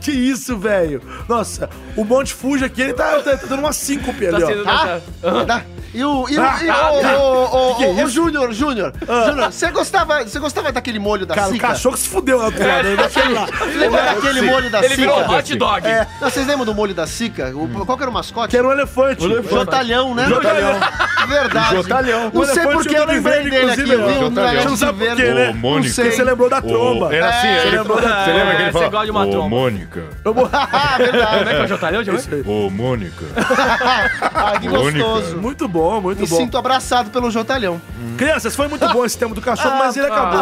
Que isso, velho? Nossa, o Monte Fuji aqui, ele tá, tá, tá dando uma síncope ali,
Tá
ó.
sendo dessa-
Tá? E o, e o,
Ah,
e o, o, o, o, o Júnior, Júnior, Júnior, você gostava, você gostava daquele molho da
Cara, o
Sica?
cachorro se fudeu lá do lado, ele vai lá.
Lembra daquele molho da
Ele
Sica?
virou hot dog.
Não, vocês lembram do molho da Sica? O- Qual que era o mascote?
Que era um elefante.
Jotalhão, né?
Jotalhão.
Verdade.
Jotalhão.
Não sei
Elefante
porque
e o
eu lembrei
Oliveira,
dele aqui,
inclusive,
viu?
ó,
Jotalhão.
Um
Você não
negócio de
sabe por quê,
verde.
né?
Ô, Mônica.
Não sei, você lembrou da tromba.
Era assim,
É,
ele...
lembrou da-
você lembra que ele
É, você gosta de uma
fala? Ô,
tromba."
Mônica.
Ah,
Como é que é o
verdade.
Jotalhão, João?
Ô, Mônica.
Ah, que
Mônica.
gostoso.
Muito bom, muito
Me
bom.
sinto abraçado pelo Jotalhão.
Crianças, foi muito bom esse tema do cachorro, mas ele acabou.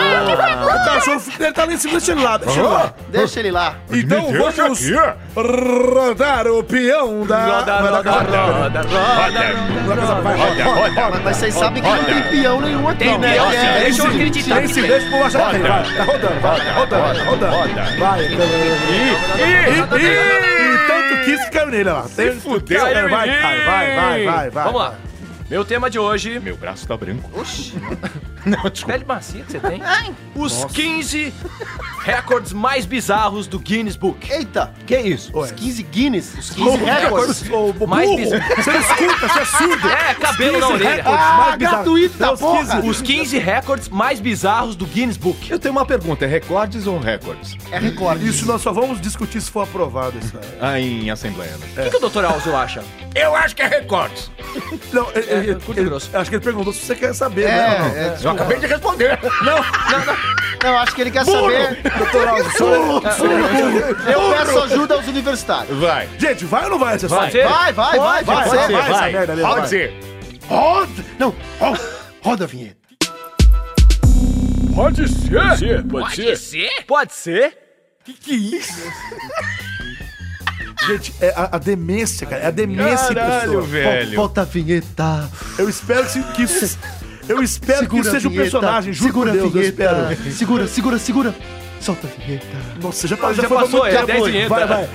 ele acabou. o cachorro, ele tá lá em cima desse lado. Deixa eu lá.
Deixa ele lá.
Então
Me deixa
vamos
aqui.
rodar o peão da...
Roda,
Vai dar
roda,
aquela-
roda, roda.
Vai, roda, roda.
Mas, mas vocês sabem que não tem peão nenhum aqui.
Tem
né? É,
peão, sim.
é
Deixa eu
sim.
acreditar
Esse
que tem.
beijo pro achar que vai. Tá rodando, vai, tá rodando, rodando. Vai. Ih, ih, ih, tanto que isso caiu nele, ó. Tem-
fudeu.
Vai, vai, vai, vai, vai, vai.
Vamos lá. Meu tema de hoje,
Meu braço tá branco.
pele macia que você tem, os 15 recordes mais bizarros do Guinness Book.
Eita,
Que isso?
os 15 Guinness, os 15
Burro,
recordes.
ô, burro,
é Mais bizarro.
Você não escuta, você é surdo.
É, cabelo na
Esse
orelha.
recorde mais
Ah,
bizarro.
gratuito da
É os
porra.
15.
Os 15 recordes mais bizarros do Guinness Book.
Eu tenho uma pergunta, é recordes ou recordes?
É recorde.
Isso nós só vamos discutir se for aprovado isso aí.
Ah, em assembleia. né?
É.
O que, que o Dr. Alzio acha?
Eu acho que é recordes.
Não, ele, ele-
É, curto e
ele-
grosso.
acho que ele perguntou se você quer saber,
É,
Ah,
né?
é,
Eu acabei de responder.
não, acho que ele quer saber.
Doutor Alves, sou-
Eu peço ajuda aos universitários.
Vai.
Gente, vai ou não vai essa
Pode
história?
ser?
Vai, vai, vai, vai.
Pode
vai,
ser, vai. essa merda mesmo, vai.
Pode ser.
Roda, não, roda, roda a vinheta.
Pode ser? Pode ser?
Que que é isso? Gente, é a, a demência, cara. É a demência
Caralho,
em pessoa.
velho.
Volta a vinheta.
Eu espero que, que isso- eu espero que isso
a
seja um
vinheta,
personagem, juro
segura
por Deus,
a
eu espero.
vinheta. Segura, segura, segura. Solta a vinheta.
Nossa, já, pa-
Já
foi pra
passou,
muito
é,
tempo.
10 vinhetas.
Vai, vai.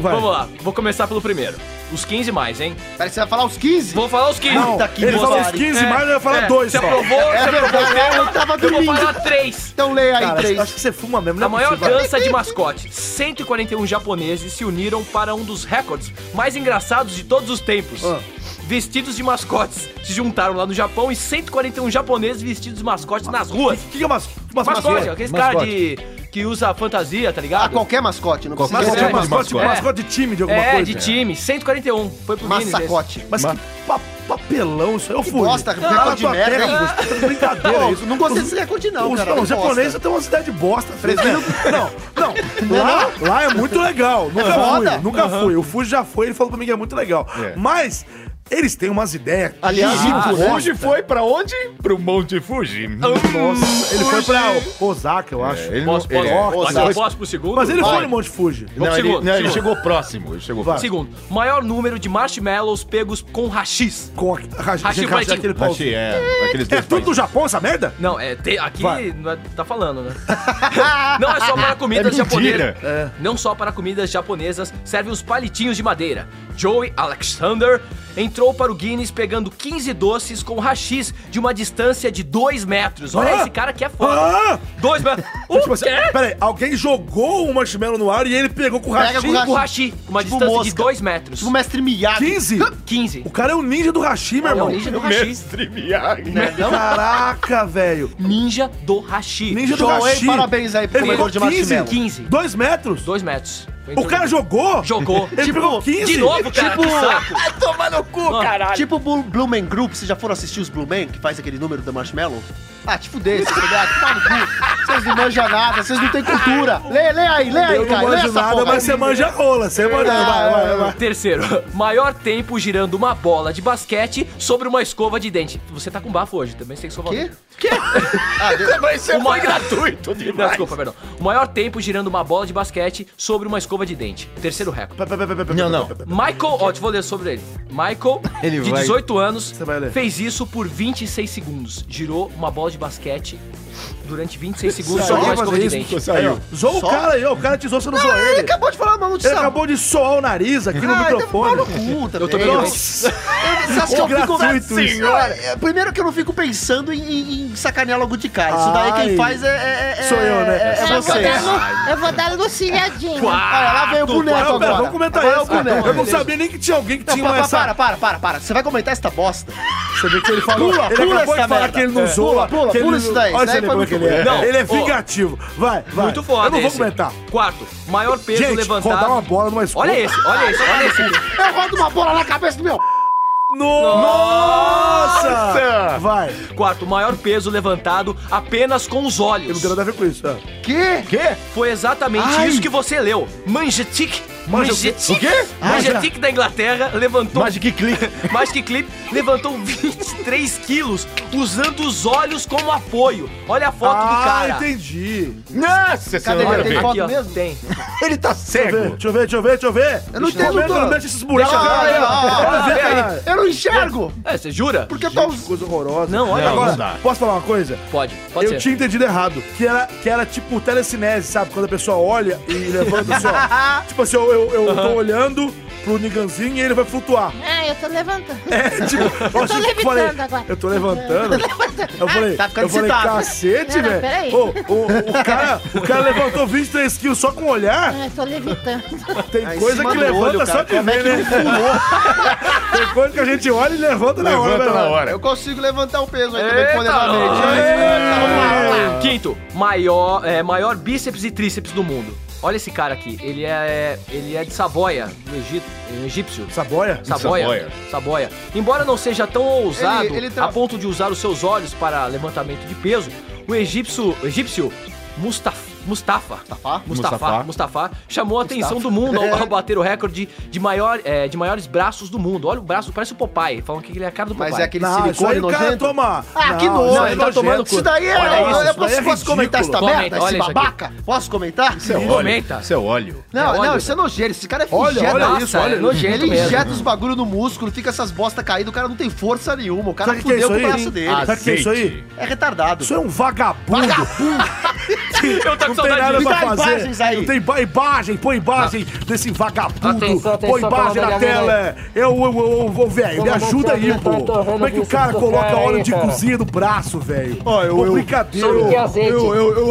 vai.
Vamos lá, vou começar pelo primeiro. Os 15 mais, hein?
Peraí, você vai falar os 15?
Vou falar os 15.
Não,
Puta que
ele falou os
pariu.
15, mais eu ia falar
é,
dois
Você
só.
aprovou,
É
você aprovou o
verdade, eu
tema.
tava
Eu vou
dormindo.
falar três.
Então leia aí,
Cara,
três.
acho que você fuma mesmo, né?
A maior
Vai.
dança de mascote. 141 japoneses se uniram para um dos recordes mais engraçados de todos os tempos.
Ah.
Vestidos de mascotes. Se juntaram lá no Japão e 141 japoneses vestidos de mascotes nas ruas.
O que que é mas, mas,
Mascote, aqueles cara de... que usa fantasia, tá
Ah,
ligado?
qualquer mascote, não
Qualquer
precisa
Mascote,
Mascote,
é,
ser
mascote, mascote,
mascote.
mascote de time de alguma
É,
coisa.
de time. 141. Foi pro Guinness esse.
massacote.
Mas que pa- papelão isso aí, eu
Que
fui.
bosta,
Cala
recorde
a
de
tua
merda,
terra,
hein?
Augusto. Isso é Brincadeira,
Pô,
isso.
não gostei desse recorde não,
Os,
cara.
não, os
Bosta.
japoneses têm uma cidade de bosta. Não, não, não. Lá, lá é muito legal. Nunca
foda.
fui, nunca fui. O Fuji já foi, ele falou pra mim que é muito legal.
É.
Mas eles têm umas ideias.
Aliás,
ridículas.
O Fuji foi pra onde? Pro Monte Fuji.
Nossa, ele foi pra Osaka, eu acho.
É, ele não-
Posso,
ele-
posso, posso,
Osaka.
posso pro segundo?
Mas ele
Vai.
foi em Monte Fuji.
Não,
Vamos,
ele,
segundo,
não, ele
segundo.
chegou próximo. Ele chegou
Vai.
próximo.
Segundo, maior número de marshmallows pegos com rachis.
Com a, a, a,
Hashi
gente
Fritinho.
aquele pauzinho.
Achei, é. Aqueles
É
dois
tudo do
países.
Japão essa merda?
Não, é. te- aqui
Vai.
não é- tá falando, né? não é só para comidas
É mentira.
japonesas. Não só para comidas japonesas servem os palitinhos de madeira. Joey Alexander entrou para o Guinness pegando 15 doces com rachis de uma distância de 2 metros. Olha
Ah!
esse cara que é foda.
Ah!
2 metros.
Então,
O
assim,
quê?
peraí, alguém jogou o marshmallow no ar e ele pegou com o
Pega
Hashi.
com o
O hashi, uma
Tipo
distância de
mosca.
2 metros.
O mestre Miyagi.
15?
15.
O cara é o ninja do Hashi, meu
É o
irmão.
ninja do hashi.
Mestre Miyagi.
Caraca, velho.
Ninja do hashi.
Ninja do
Joey,
Hashi.
parabéns aí pro
Ele pegou
comedor de
15,
marshmallow.
15.
Dois metros?
2 metros.
O cara jogou?
jogou. tipo,
Ele pegou 15?
De novo, cara,
Tipo-
que saco.
Toma no cu, caralho.
Tipo o Blu- Blue Man Group, vocês já foram assistir os Blue Man, que faz aquele número da Marshmallow? Ah, te fuder, vocês pegaram, tomar no cu. Vocês não manjam nada, vocês não têm cultura. Lê, lê aí, lê aí,
Eu não
cara, lê
manjo
essa
nada,
porra.
mas você manja rola. Você manja.
Ah,
Vai, vai, vai.
Terceiro, maior tempo girando uma bola de basquete sobre uma escova de dente. Você tá com bafo hoje, também sei que escova.
Quê?
Mas você
Uma-
foi gratuito
Não,
demais.
desculpa, perdão. O maior tempo girando uma bola de basquete sobre uma escova de dente. Terceiro recorde.
Pera, pera, pera, pera,
Não,
pera,
não.
pera, pera.
Michael, ó, te vou ler sobre ele. Michael,
Ele
de
vai-
18 anos,
vai ler.
fez isso por 26 segundos. Girou uma bola de basquete durante 26 segundos
Só
sobre uma
fazer
escova de
isso,
dente.
Aí,
Saiu.
ó. Zoou
Só?
o cara aí, ó. O cara te zoou, você não zoou
Ah,
ele.
ele acabou de falar uma notícia.
Ele acabou de soar o nariz aqui no
ah, então pau
microfone.
no cu também.
Eu também não.
Nossa.
Você acha que
Ô,
eu fico...
gratuito isso.
Cara, é, primeiro que eu não fico pensando em, em- em sacanear logo de cara. Isso daí
Ai.
quem faz é, é- é-
Sou eu, né?
é- É,
Eu vou
vocês.
dar lu- Eu vou dar lucilhadinha.
Olha, lá veio o boneco
Não, pera,
agora.
vamos comentar
Agora é o
isso. cara.
boneco.
eu não sabia nem que tinha alguém que
Não,
tinha
pa- pa-
essa...
para, para, para, para. Você vai comentar essa bosta?
Você vê que ele falou.
Pula,
ele
pula
acabou de
essa
falar
merda.
que ele não
É.
zoa.
Pula, pula,
que ele
pula
não-
isso daí, isso
Olha
daí
ele
foi
como é
muito
que ele é.
foda. Não,
ele é
ó.
vingativo. Vai, vai.
Muito foda
Eu não vou
esse.
comentar.
Quarto, maior peso
Gente,
levantado.
rodar uma bola numa escola.
Olha esse, olha esse, olha esse.
Eu rodo uma bola na cabeça do meu.
Nossa! Vai.
Quarto, maior peso levantado apenas com os
Eu não
olhos.
tenho nada a ver com isso. é.
Quê?
Quê?
Foi exatamente
Ai.
isso que você leu. Manjetic.
Manja o quê? Ah,
O quê?
Manjetic da Inglaterra levantou.
Magic Click.
Magic Clip levantou 23 quilos usando os olhos como apoio. Olha a foto do
Ah,
cara.
entendi.
Nossa
Cadê?
senhora,
Tem
velho.
foto
Aqui, ó,
mesmo?
tem.
Ele tá
Deixa eu ver,
cego.
Deixa eu ver, deixa eu ver, deixa eu ver.
Eu não entendo,
Roberto,
Dan.
Não deixa esses buracos.
Deixa eu ver,
aí, ó.
ó, ó,
Quero
ó,
ver,
vê aí.
cara.
Eu não enxergo.
É, você jura?
Porque eu tô...
Que Coisa horrorosa.
Não, olha
Não,
agora.
Agora,
não dá.
posso falar uma coisa?
Pode, pode
eu
ser.
tinha entendido errado. Que era, que era tipo telecinese, sabe? Quando a pessoa olha e levanta assim, ó. tipo assim, eu, eu, eu tô olhando pro Niganzinho e ele vai flutuar.
Ah, eu tô levantando.
É, tipo, eu achei que-
levitando
falei,
agora.
Eu tô levantando. Eu falei,
tá ficando
eu falei
excitado.
cacete,
Não, não,
velho.
peraí.
Ô, o, o, cara, o cara levantou 23 quilos só com o olhar.
Ah, eu tô levitando.
Tem
Aí, Tá em
coisa
cima
que
do
levanta
olho,
só
cara,
de
é
ver, né? Tem coisa que a gente olha e levanta na hora.
Levanta
né,
na
mano?
hora.
Eu consigo levantar o peso aí também,
Eita,
ponderalmente. né?
Quinto, maior, é, maior bíceps e tríceps do mundo. Olha esse cara aqui. Ele é, ele é de Savoia, no Egito, é egípcio.
Saboia?
Saboia.
Saboia.
Saboia. Embora não seja tão ousado
Ele- ele tra-
a ponto de usar os seus olhos para levantamento de peso, o egípcio, o egípcio Mustaf- Mustafa.
Mustafa?
Mustafa. Mustafa chamou a atenção do mundo ao, ao bater o recorde de, maior, é, de maiores braços do mundo. Olha o braço, parece o Popeye. Falam que ele é a cara do Popeye.
Mas é aquele
Não, isso
silicone
aí o cara
nojento.
toma.
Ah, que
Não,
nojo.
isso
não,
aí é
ele tá
nojento.
tomando cu.
Isso daí é.
Olha isso,
eu
isso
posso,
daí é
posso comentar essa merda?
ridículo. Comenta,
tá Esse
olha isso aqui.
babaca? Posso comentar?
Isso é óleo.
Comenta.
Isso é óleo.
Não,
É
não,
óleo,
isso é nojento. Esse cara é
Olha,
injeto.
olha
Nossa,
isso, olha.
é nojento
Ele
mesmo.
injeta os bagulho no músculo, fica essas bosta caindo, o cara não tem força nenhuma. O cara
Sabe o que é isso
fudeu com o
aí?
braço dele.
Sabe o que é isso aí?
Azeite.
É retardado.
Isso é um vagabundo.
Eu tô com
Não tem
saudade
nada
disso.
Me dá
pra fazer.
imagens aí.
Não tem ba- imagem, põe imagem desse vagabundo.
Atenção, atenção,
põe imagem
pelo
na
amor de Deus,
tela. Eu, eu, eu, eu, velho, me
Pelo amor de
ajuda
Deus,
aí,
eu tô
pô.
torrando
Como é que o
isso
cara
pro
coloca
cara
óleo
aí,
de
cara?
cozinha no braço, velho?
Ó, eu-
Pô,
eu-
brincadeira.
Sabe o que é azeite?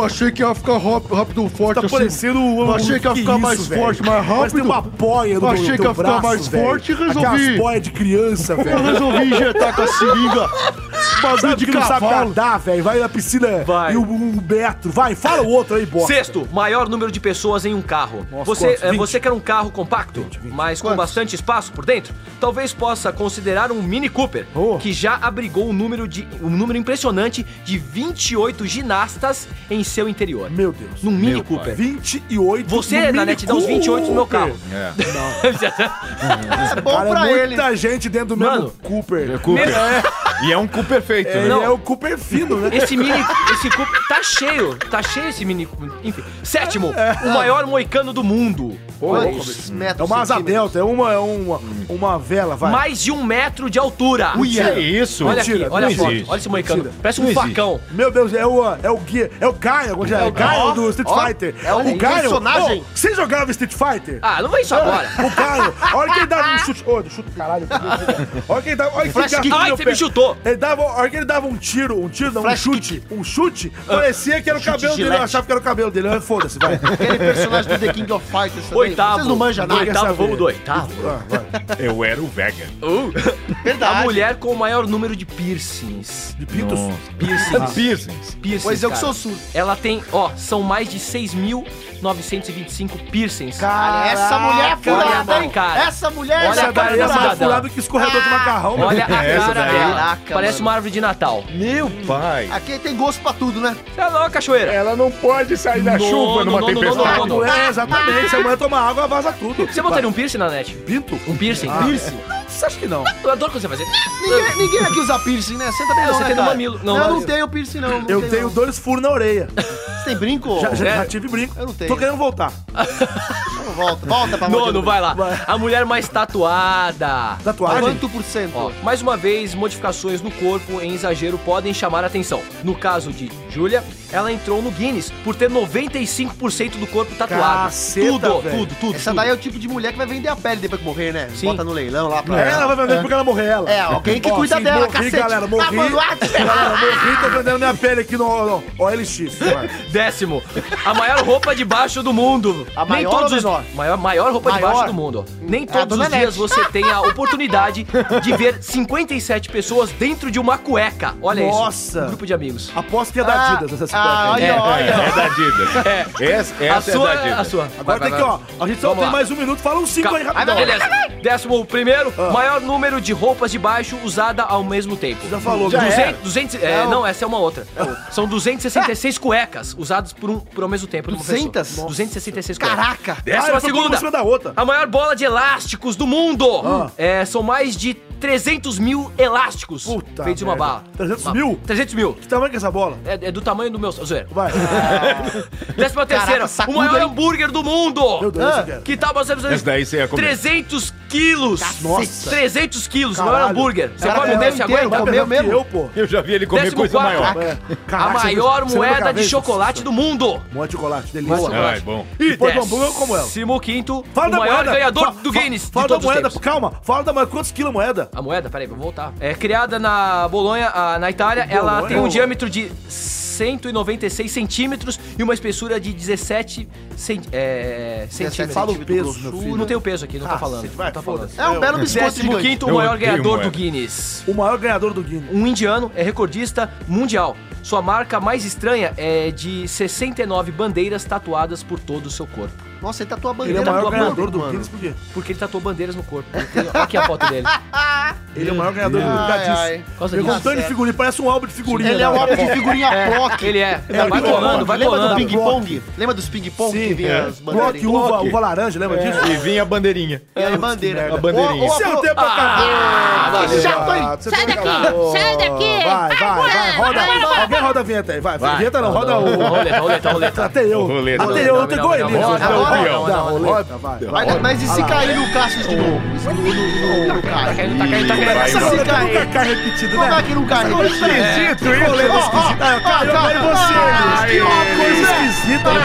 achei que ia ficar rápido, rápido forte
Tá parecendo um.
Eu achei que ia ficar mais forte,
Mas
mais
tem
rápido.
uma boia no
Eu achei
teu
que ia ficar
braço,
mais
velho.
forte e
Aquelas
resolvi.
boia de criança, velho.
resolvi
tá
injetar com a seringa.
Sabe
é
que não sabe nadar, velho. Vai na piscina
Vai.
e um, um metro. Vai, fala o outro aí, bota.
Sexto, maior número de pessoas em um carro.
Nossa,
você,
quantos?
é,
20?
você quer um carro compacto, mas com
Quantos?
bastante espaço por dentro? Talvez possa considerar um Mini Cooper,
Oh.
que já abrigou um número, de, um número impressionante de 28 ginastas em seu interior.
Meu Deus.
Num Mini
Meu pai.
Cooper.
28
Você,
no
na net, dá uns 28 no meu
Cooper.
carro.
É.
É bom
Cara, é
pra ele.
muita gente dentro do mesmo
Mano,
Cooper.
É Cooper. E é um cu perfeito,
É,
né?
Ele
Não.
é o Cooper fino, né?
Esse mini. Esse Cooper. Tá cheio. Tá cheio esse mini. Enfim. Sétimo, o maior moicano do mundo.
Quantos
É
metros?
uma asa
centímetros?
delta, é uma, é uma, uma vela, vai.
Mais de um metro de altura.
Que é isso?
Olha
Mentira,
aqui, olha
não
a foto.
existe.
Olha esse moicano.
Mentira.
Parece um
Não existe.
facão.
Meu Deus, é o, é o guia, é o Gaio, hoje é o Gaio do Street
ó,
Fighter.
é o personagem.
Ô, Você jogava Street Fighter?
Ah, não vem isso agora.
O Gaio, olha quem dava um chute. Ô, chute do caralho. né? Olha quem dava. Olha
Flash
que gato
kick.
no
Ai,
meu
você
pé.
me chutou.
Ele dava, a hora que ele dava um tiro, um tiro, não, um
Flash
chute, um chute, parecia que era o
Chute
cabelo dele, eu
gilete.
achava que era o cabelo dele, Ah, foda-se, vai.
Aquele personagem do The King of Fighters também.
Oitavo.
Vocês não manjam nada.
quer saber.
Oitavo, vamos do oitavo.
Eu era o vegan.
Verdade.
A mulher com o maior número de piercings.
De pintos.
Piercings.
Business.
piercings
Pois eu que
cara.
sou surdo.
Ela tem, ó, são mais de 6.925 piercings.
Cara, essa mulher é
Olha
furada,
a
hein?
cara.
Essa mulher
Olha
Essa
é
a cara
daí é
dessa
mais
cidadã.
furado que escorredor de macarrão, meu.
Olha a
Essa
cara
daí.
dela.
Caraca,
Parece
mano.
uma árvore de Natal.
Meu pai.
Aqui tem gosto pra tudo, né?
Você é louca, cachoeira.
Ela não pode sair da
Não,
chuva
não,
numa
não, não,
tempestade.
não, não, não.
É, exatamente, se a mulher tomar água, vaza tudo.
Você botaria um piercing na net?
Pinto?
Um piercing?
Piercing? Você acha que não?
Eu adoro quando você faz isso.
Ah. Ninguém, ninguém aqui usa piercing, né? Senta bem,
É,
não,
você
né,
tem no
cara?
mamilo.
Não,
Não,
eu
não.
não tenho piercing, não. não
Eu tenho
não.
dois furos na orelha.
Você tem brinco?
Já, já,
É?
já tive brinco.
Eu não tenho.
Tô querendo voltar.
Então Volta, volta pra
Nono, vai lá.
Vai.
A mulher mais tatuada.
Tatuagem?
Quanto por cento?
Ó, mais uma vez, modificações no corpo em exagero podem chamar a atenção. No caso de Julia, ela entrou no Guinness por ter 95% do corpo tatuado.
Caceta,
tudo,
velho.
tudo, tudo,
Essa
tudo.
daí é o tipo de mulher que vai vender a pele depois que morrer, né?
Sim.
Bota no leilão lá pra
É, Ela vai vender porque ela morreu, ela.
É, alguém que
Ó,
cuida
se
dela,
morri,
cacete.
galera, morri.
Ah, mano, ah, que
galera, morri, tô vendendo minha pele aqui no, no OLX. vai.
Décimo, a maior roupa de baixo do mundo.
A maior ou
os...
menor?
maior, maior roupa de
Maior? É
baixo do mundo. Nem
a
todos
dona
os
Nete.
dias você tem a oportunidade de ver 57 pessoas dentro de uma cueca. Olha isso.
Nossa.
Um grupo de amigos.
Aposto que é da
Ah,
Adidas essa
ah,
cicleta. aí.
olha, olha.
É da Adidas. Essa,
a
essa
sua,
é da Adidas.
a sua.
Agora tem que, ó, a gente só
Vamos
tem
lá.
mais um minuto, fala uns cinco aí
Ai,
rapidão.
vai, Ah, beleza. Décimo primeiro,
Ah.
maior número de roupas de baixo usada ao mesmo tempo.
Já falou,
Já
Dudu.
era.
200, 200 é, não, essa é uma outra. São 266 cuecas usadas por um por ao mesmo tempo. numa pessoa.
200?
266 cuecas.
Caraca.
Ah,
Décima
ela foi uma em cima
é segunda.
da outra.
A maior bola de elásticos do mundo.
Ah.
É, são mais de 300 mil elásticos.
Puta
feitos de uma
merda.
bala.
300
Uma-
mil?
300 mil.
Que tamanho que é essa bola?
É, é do tamanho do meu... Zoeira.
Vai.
Ah.
Décima terceira.
sacuda,
o maior
hein?
hambúrguer do mundo.
Meu Deus,
Ah,
isso eu quero.
Que tal você...
Esse daí você ia comer.
300 quilos!
Nossa.
300 quilos,
Caralho.
maior hambúrguer. Você
Caralho,
come um
é
desse,
inteiro,
aguenta?
Vai
comeu
Tá melhor que
mesmo?
Eu, pô.
Eu já vi ele comer
Décimo
coisa
quarto.
maior.
É.
A
Caraca, você
maior
nunca- você nunca
moeda de
fez isso?
chocolate do mundo!
Um monte de chocolate, delícia.
Ai, bom.
E depois do hambúrguer eu como ela.
Décimo quinto,
Fala
o
da
maior
moeda.
ganhador
Fa-
do
fa-
Guinness
Fala
de
da
todos os
moeda,
tempos.
calma. Fala da moeda. Quantos quilos a moeda?
A moeda, peraí, vou voltar. É criada na Bolonha, ah, na Itália. Ela
Bolonha?
tem um diâmetro de 196 centímetros e uma espessura de 17 cent... é, centímetros.
Fala o peso, meu
Não,
filho.
tem o peso aqui, não tá falando.
vai,
Não tá falando.
foda-se.
É um belo biscoito
Décimo
gigante.
quinto, o
Eu
maior
odeio
ganhador
moeda.
do Guinness.
O maior ganhador do Guinness.
Um indiano é recordista mundial. Sua marca mais estranha é de 69 bandeiras tatuadas por todo o seu corpo.
Nossa, ele tatuou a
Ele é
bandeira
o
do
maior
corpo,
ganhador do
mano.
Guinness, por quê?
Porque ele tatuou bandeiras no corpo. Ele tem- Aqui a foto dele.
Ele é o maior ganhador do
Ai,
Guinness.
ai.
causa
Pegou um
disso.
tanto de figurinha, parece um álbum de figurinha.
Ele é um
né?
álbum de figurinha PROC.
Ele é.
É,
vai
ele é
colando,
bom.
vai
Lembra do
colando.
ping pong? Lembra dos ping pong que
Sim,
vinha
é.
as
Bloco,
bandeirinhas?
uva, uva laranja, lembra disso?
E vinha a bandeirinha. É,
É, E aí, bandeira.
A bandeirinha.
Ou- ou a
tá
Seu
pro-
tempo
Ah,
acabou!
que chato, hein?
Você
Sai
tá
daqui,
acabado.
sai daqui.
Vai, vai, vai, roda.
Vai, vai,
Alguém roda a vinheta aí, vai.
Vai.
Vinheta não, roda o...
Roleta, roleta, roleta.
Até eu.
Roleta.
Até eu, eu tô
Não,
igual
não,
ele.
Roda o
Agora não,
não,
peão.
Dá, roleta, vai.
Mas, mas e se cair no Cassius de novo? No, no, no, no
Tá
Cassius.
caindo, tá caindo, tá caindo.
Vai,
Essa
vai.
roleta
Cai.
nunca cai repetida,
Como é
né?
que não cai?
Esquisito
Roleta
isso.
esquisita. Ah, Caiu agora em
Ah,
você.
que
Coisa
coisa
esquisita, né?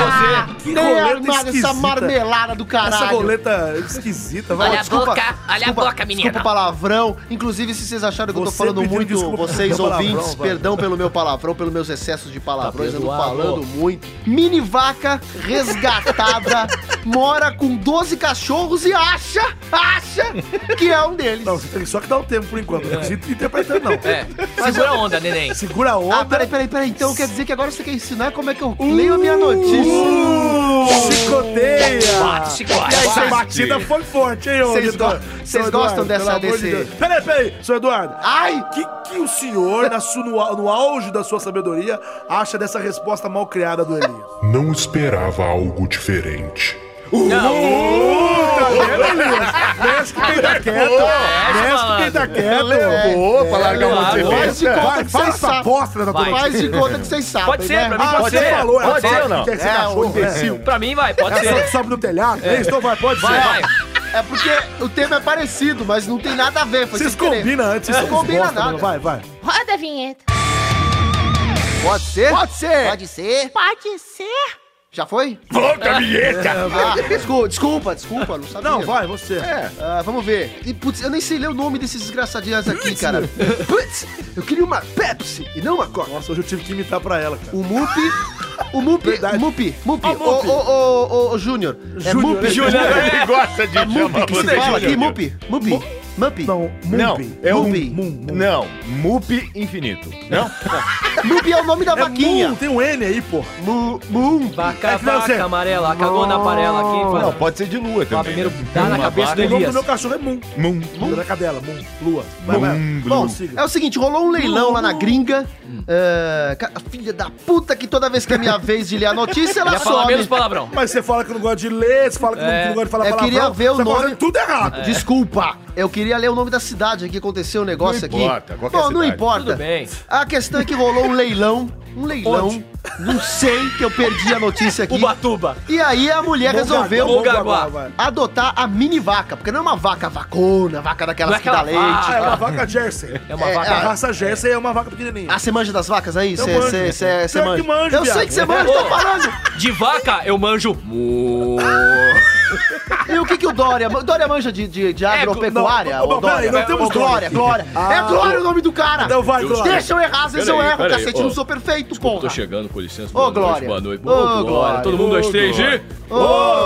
Que roleta
Nada, essa
esquisita.
marmelada do caralho.
Essa roleta esquisita, vai.
Olha a boca, olha a boca, menina.
Desculpa o palavrão. Inclusive, se vocês acharam que eu tô
Você
falando
pediu
muito,
desculpa pelo
vocês
meu palavrão,
ouvintes,
vai. Tá
perdão pelo meu palavrão, pelos meus excessos de palavrões, eu tô
perdoado.
falando muito. Mini vaca resgatada mora com 12 cachorros e acha, acha que é um deles.
Não, você tem só que dar o tempo por enquanto. Não precisa interpretar, não.
É, segura a onda, neném.
Segura a
Ah,
onda.
peraí, peraí, peraí. Então quer dizer que agora você quer ensinar como é que eu leio a minha notícia.
Uh, Chicoteia! Essa
Vocês-
batida foi forte, hein, ô
Vocês
Eduardo?
go-
Seu
vocês
Eduardo,
gostam dessa-
pelo amor de
desse-
Deus. Peraí, peraí, seu Eduardo.
Ai!
O que, que o senhor, na sua- no, au- no auge da sua sabedoria, acha dessa resposta mal criada do Elias?
Não esperava algo diferente.
Mexe com quem tá quieto, mexe com quem tá quieto.
Boa, pra largar uma
claro.
cerveja.
Faz É, de conta
Vai, faz
que vocês
essa
sabem.
aposta, né?
Vai.
Faz de conta que vocês sabem,
Pode ser,
né?
pra mim
Ah,
pode
você
ser.
falou, ela
Pode ser
fala
ou não?
que Quer ser
É,
cachorro, né?
o imbecil.
Pra mim vai, pode
Essa que
ser.
sobe no telhado, é. então vai, pode
Vai,
ser.
vai.
É porque o tema é parecido, mas não tem nada a ver. Foi
Vocês
sem querer.
combinam antes,
Não
vocês
combina
gostam,
nada.
né? Vai, vai.
Roda a vinheta.
Pode ser? Pode ser. ser.
Pode ser?
Já foi?
Volta a
É.
vinheta.
Ah, desculpa, desculpa, desculpa, não sabia.
Não, vai, você.
Ah, vamos ver. E, putz, eu nem sei ler o nome desses desgraçadinhos aqui, cara. Putz, eu queria uma Pepsi e não uma Coca.
Nossa, hoje eu tive que imitar pra ela, cara.
O Mup. O Mup.
Verdade.
Mup. Mup. Ô,
Ó, Mup.
ô, ô, ô, ô, Júnior. É
Júnior,
Mup.
né?
Júnior.
Ele gosta de chamar
Que se
você de
fala aqui,
é
Júnior.
Mup. Mup. Mup.
Não,
Não,
Mupi.
é um...
Mupi.
Mum, mum.
Não, Mup infinito. Não?
Mup é o nome da
É Mum,
vaquinha.
tem um N aí, pô.
Mu- Mum.
Vaca,
É que não, você-
vaca amarela, cagou na aparela aqui.
Não,
Fala,
pode ser de lua também.
Fala primeiro, dá na
Uma vaca.
O
cabeça do
nome do
Elias.
meu cachorro é Mum.
Mum.
Mum da cadela, Mum. Lua.
Mum,
Bom,
Blue.
siga.
É o seguinte, rolou um leilão lá na gringa. Ah, ca- filha da puta que toda vez que é minha vez de ler a notícia, ela
Já fala
some.
menos palavrão.
Mas você fala que não gosta de ler, você fala que não-
É.
não gosta de falar
Eu
palavrão.
queria ver o
você tá
nome- É.
fazendo tudo errado.
Desculpa, eu queria ler o nome da cidade aqui, aconteceu um negócio
Não
aqui.
importa, qualquer
Bom, não
cidade.
importa.
Tudo bem.
A questão é que rolou um leilão, um leilão, não sei, que eu perdi a notícia aqui.
Ubatuba.
E aí a mulher
Bom
resolveu
Gaguá, bom
Gaguá.
Gaguá, vai.
adotar a mini vaca, porque não é uma vaca vacona, vaca daquelas
Não é
que dá
aquela
leite.
vaca.
Ah, é uma vaca Jersey.
É uma
É,
A
vaca.
raça Jersey é uma vaca pequenininha.
Ah, você manja das vacas aí? Você
manjo.
você- você- você
Pior que
manja?
manjo,
eu sei
viado.
que você manja, tô falando.
De vaca, eu manjo. Mu.
E o que, que o Dória. O Dória manja de, de, de agropecuária?
não, não,
o Dória?
peraí, não temos
Ô, Glória, Glória. é Glória o nome do cara.
Então vai, Glória.
Deixa eu errar, às vezes eu
Peraí,
erro,
peraí,
cacete.
ó.
Não sou perfeito, porra.
chegando, com licença.
boa noite, Glória. boa noite. Ô, Ô, Glória. Glória.
Todo mundo, dois, três, e...
Ô,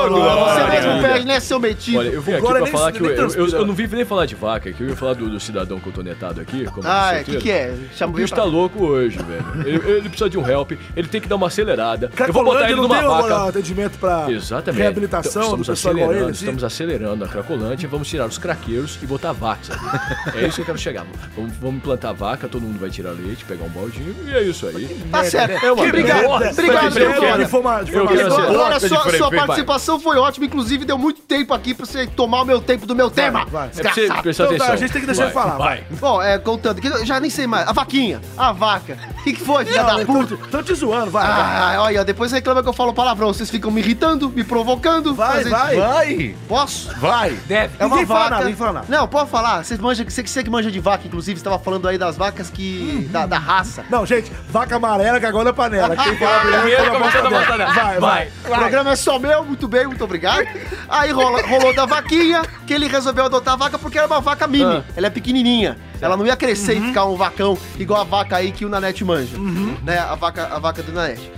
Glória. Você mesmo perde, né, seu metido?
Olha, eu vim aqui
Agora
pra
nem-
falar que eu,
nem
eu, eu-
transpira.
eu não vim nem falar de vaca, que eu ia falar do, do cidadão cotonetado aqui. Como
ah,
disse
o
o
que,
Pedro.
que é? Chama
O bicho tá louco hoje, velho. Ele, ele precisa de um help, ele tem que dar uma acelerada. Eu vou
Cracolândia
botar ele
não
numa
tem
vaca.
um atendimento pra
Exatamente.
reabilitação
Então,
do
estamos
pessoal igual
acelerando,
ele. assim?
estamos acelerando a Cracolândia, vamos tirar os craqueiros e botar vacas. aqui. é isso que eu quero chegar. Vamos, vamos implantar vaca, todo mundo vai tirar leite, pegar um baldinho e é isso aí.
Tá certo.
É uma
obrigado.
merda.
Obrigado,
Foi
viu, Glória.
de forma- de
Eu
forma-
quero
Glória,
ser-
Glória,
de
sua,
frente,
sua
vai.
participação foi ótima. Inclusive, deu muito tempo aqui pra você tomar o meu tempo do meu tema.
vai. É pra
É pra você
Desgraçado.
prestar
Então tá,
atenção.
a gente tem que deixar
Vai,
ele falar,
Vai.
Bom, é, contando. que eu já nem sei mais. A vaquinha. A vaca. O que, que foi, filha da puta?
Não, Estão te zoando, vai. vai.
Ah, olha, depois reclama que eu falo palavrão. Vocês ficam me irritando, me provocando.
Vai,
fazendo-
vai.
Vai,
Posso?
vai.
Deve.
É uma
Ninguém fala
vaca.
nada, ninguém fala nada.
Não, pode falar. Vocês manja, você, que- você que manja de vaca, inclusive, você tava falando aí das vacas
Uhum.
que. Da, da raça.
Não, gente, vaca amarela cagou na panela. Quem fala
Primeiro
primeiro,
começou da batalha.
Vai, vai.
O programa é só meu, muito bem, muito obrigado. Aí rola- rolou da vaquinha, que ele resolveu adotar a vaca porque era uma vaca mini.
Ah.
Ela é pequenininha. Ela não ia crescer
Uhum.
e ficar um vacão igual a vaca aí que o Nanete manja. Né? A vaca, a vaca do Nanete.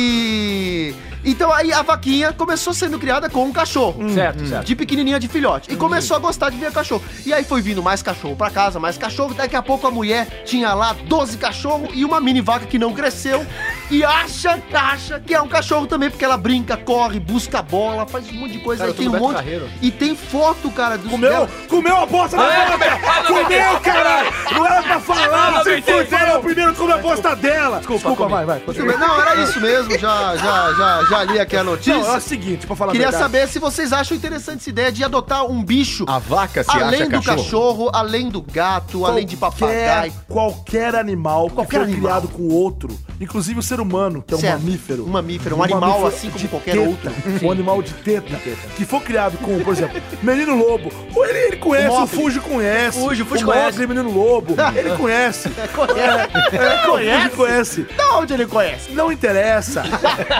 E. Então aí a vaquinha começou sendo criada com um cachorro.
Certo, certo.
De pequenininha de filhote. E começou a gostar de ver cachorro. E aí foi vindo mais cachorro pra casa, mais cachorro. Daqui a pouco a mulher tinha lá 12 cachorros e uma mini vaca que não cresceu.
e acha, acha que é um cachorro também, porque ela brinca, corre, busca a bola, faz um monte de coisa.
Cara,
aí
eu tô
tem
no
um
Beto
monte.
Carreiro.
E tem foto, cara, do
Comeu, comeu a bosta da
Ah,
bola,
é,
cara.
é,
Comeu, caralho! Não era pra
Ah,
falar, se
aproveitei,
fudeu! Primeiro come a bosta dela! Desculpa, vai, vai. continua.
Não, era isso mesmo, já, já, já, já li aqui a notícia.
Não, é o seguinte, pra falar a
Queria
verdade.
saber se vocês acham interessante essa ideia de adotar um bicho
A vaca se
além
acha
do
cachorro.
cachorro. além do gato, além de papagaio.
Qualquer animal
Qualquer
que foi
animal.
criado com outro, inclusive o ser humano, que é um
Certo.
mamífero.
Um mamífero, um animal assim como
de
qualquer
teta,
outro.
Um animal de teta, que for criado com, por exemplo, menino lobo. Ele, ele conhece, o,
Mowgli.
Fuji conhece.
Fuji, o Fuji
Mowgli,
conhece.
menino lobo. Ele conhece. É, conhece? conhece.
Da onde ele conhece?
Não interessa.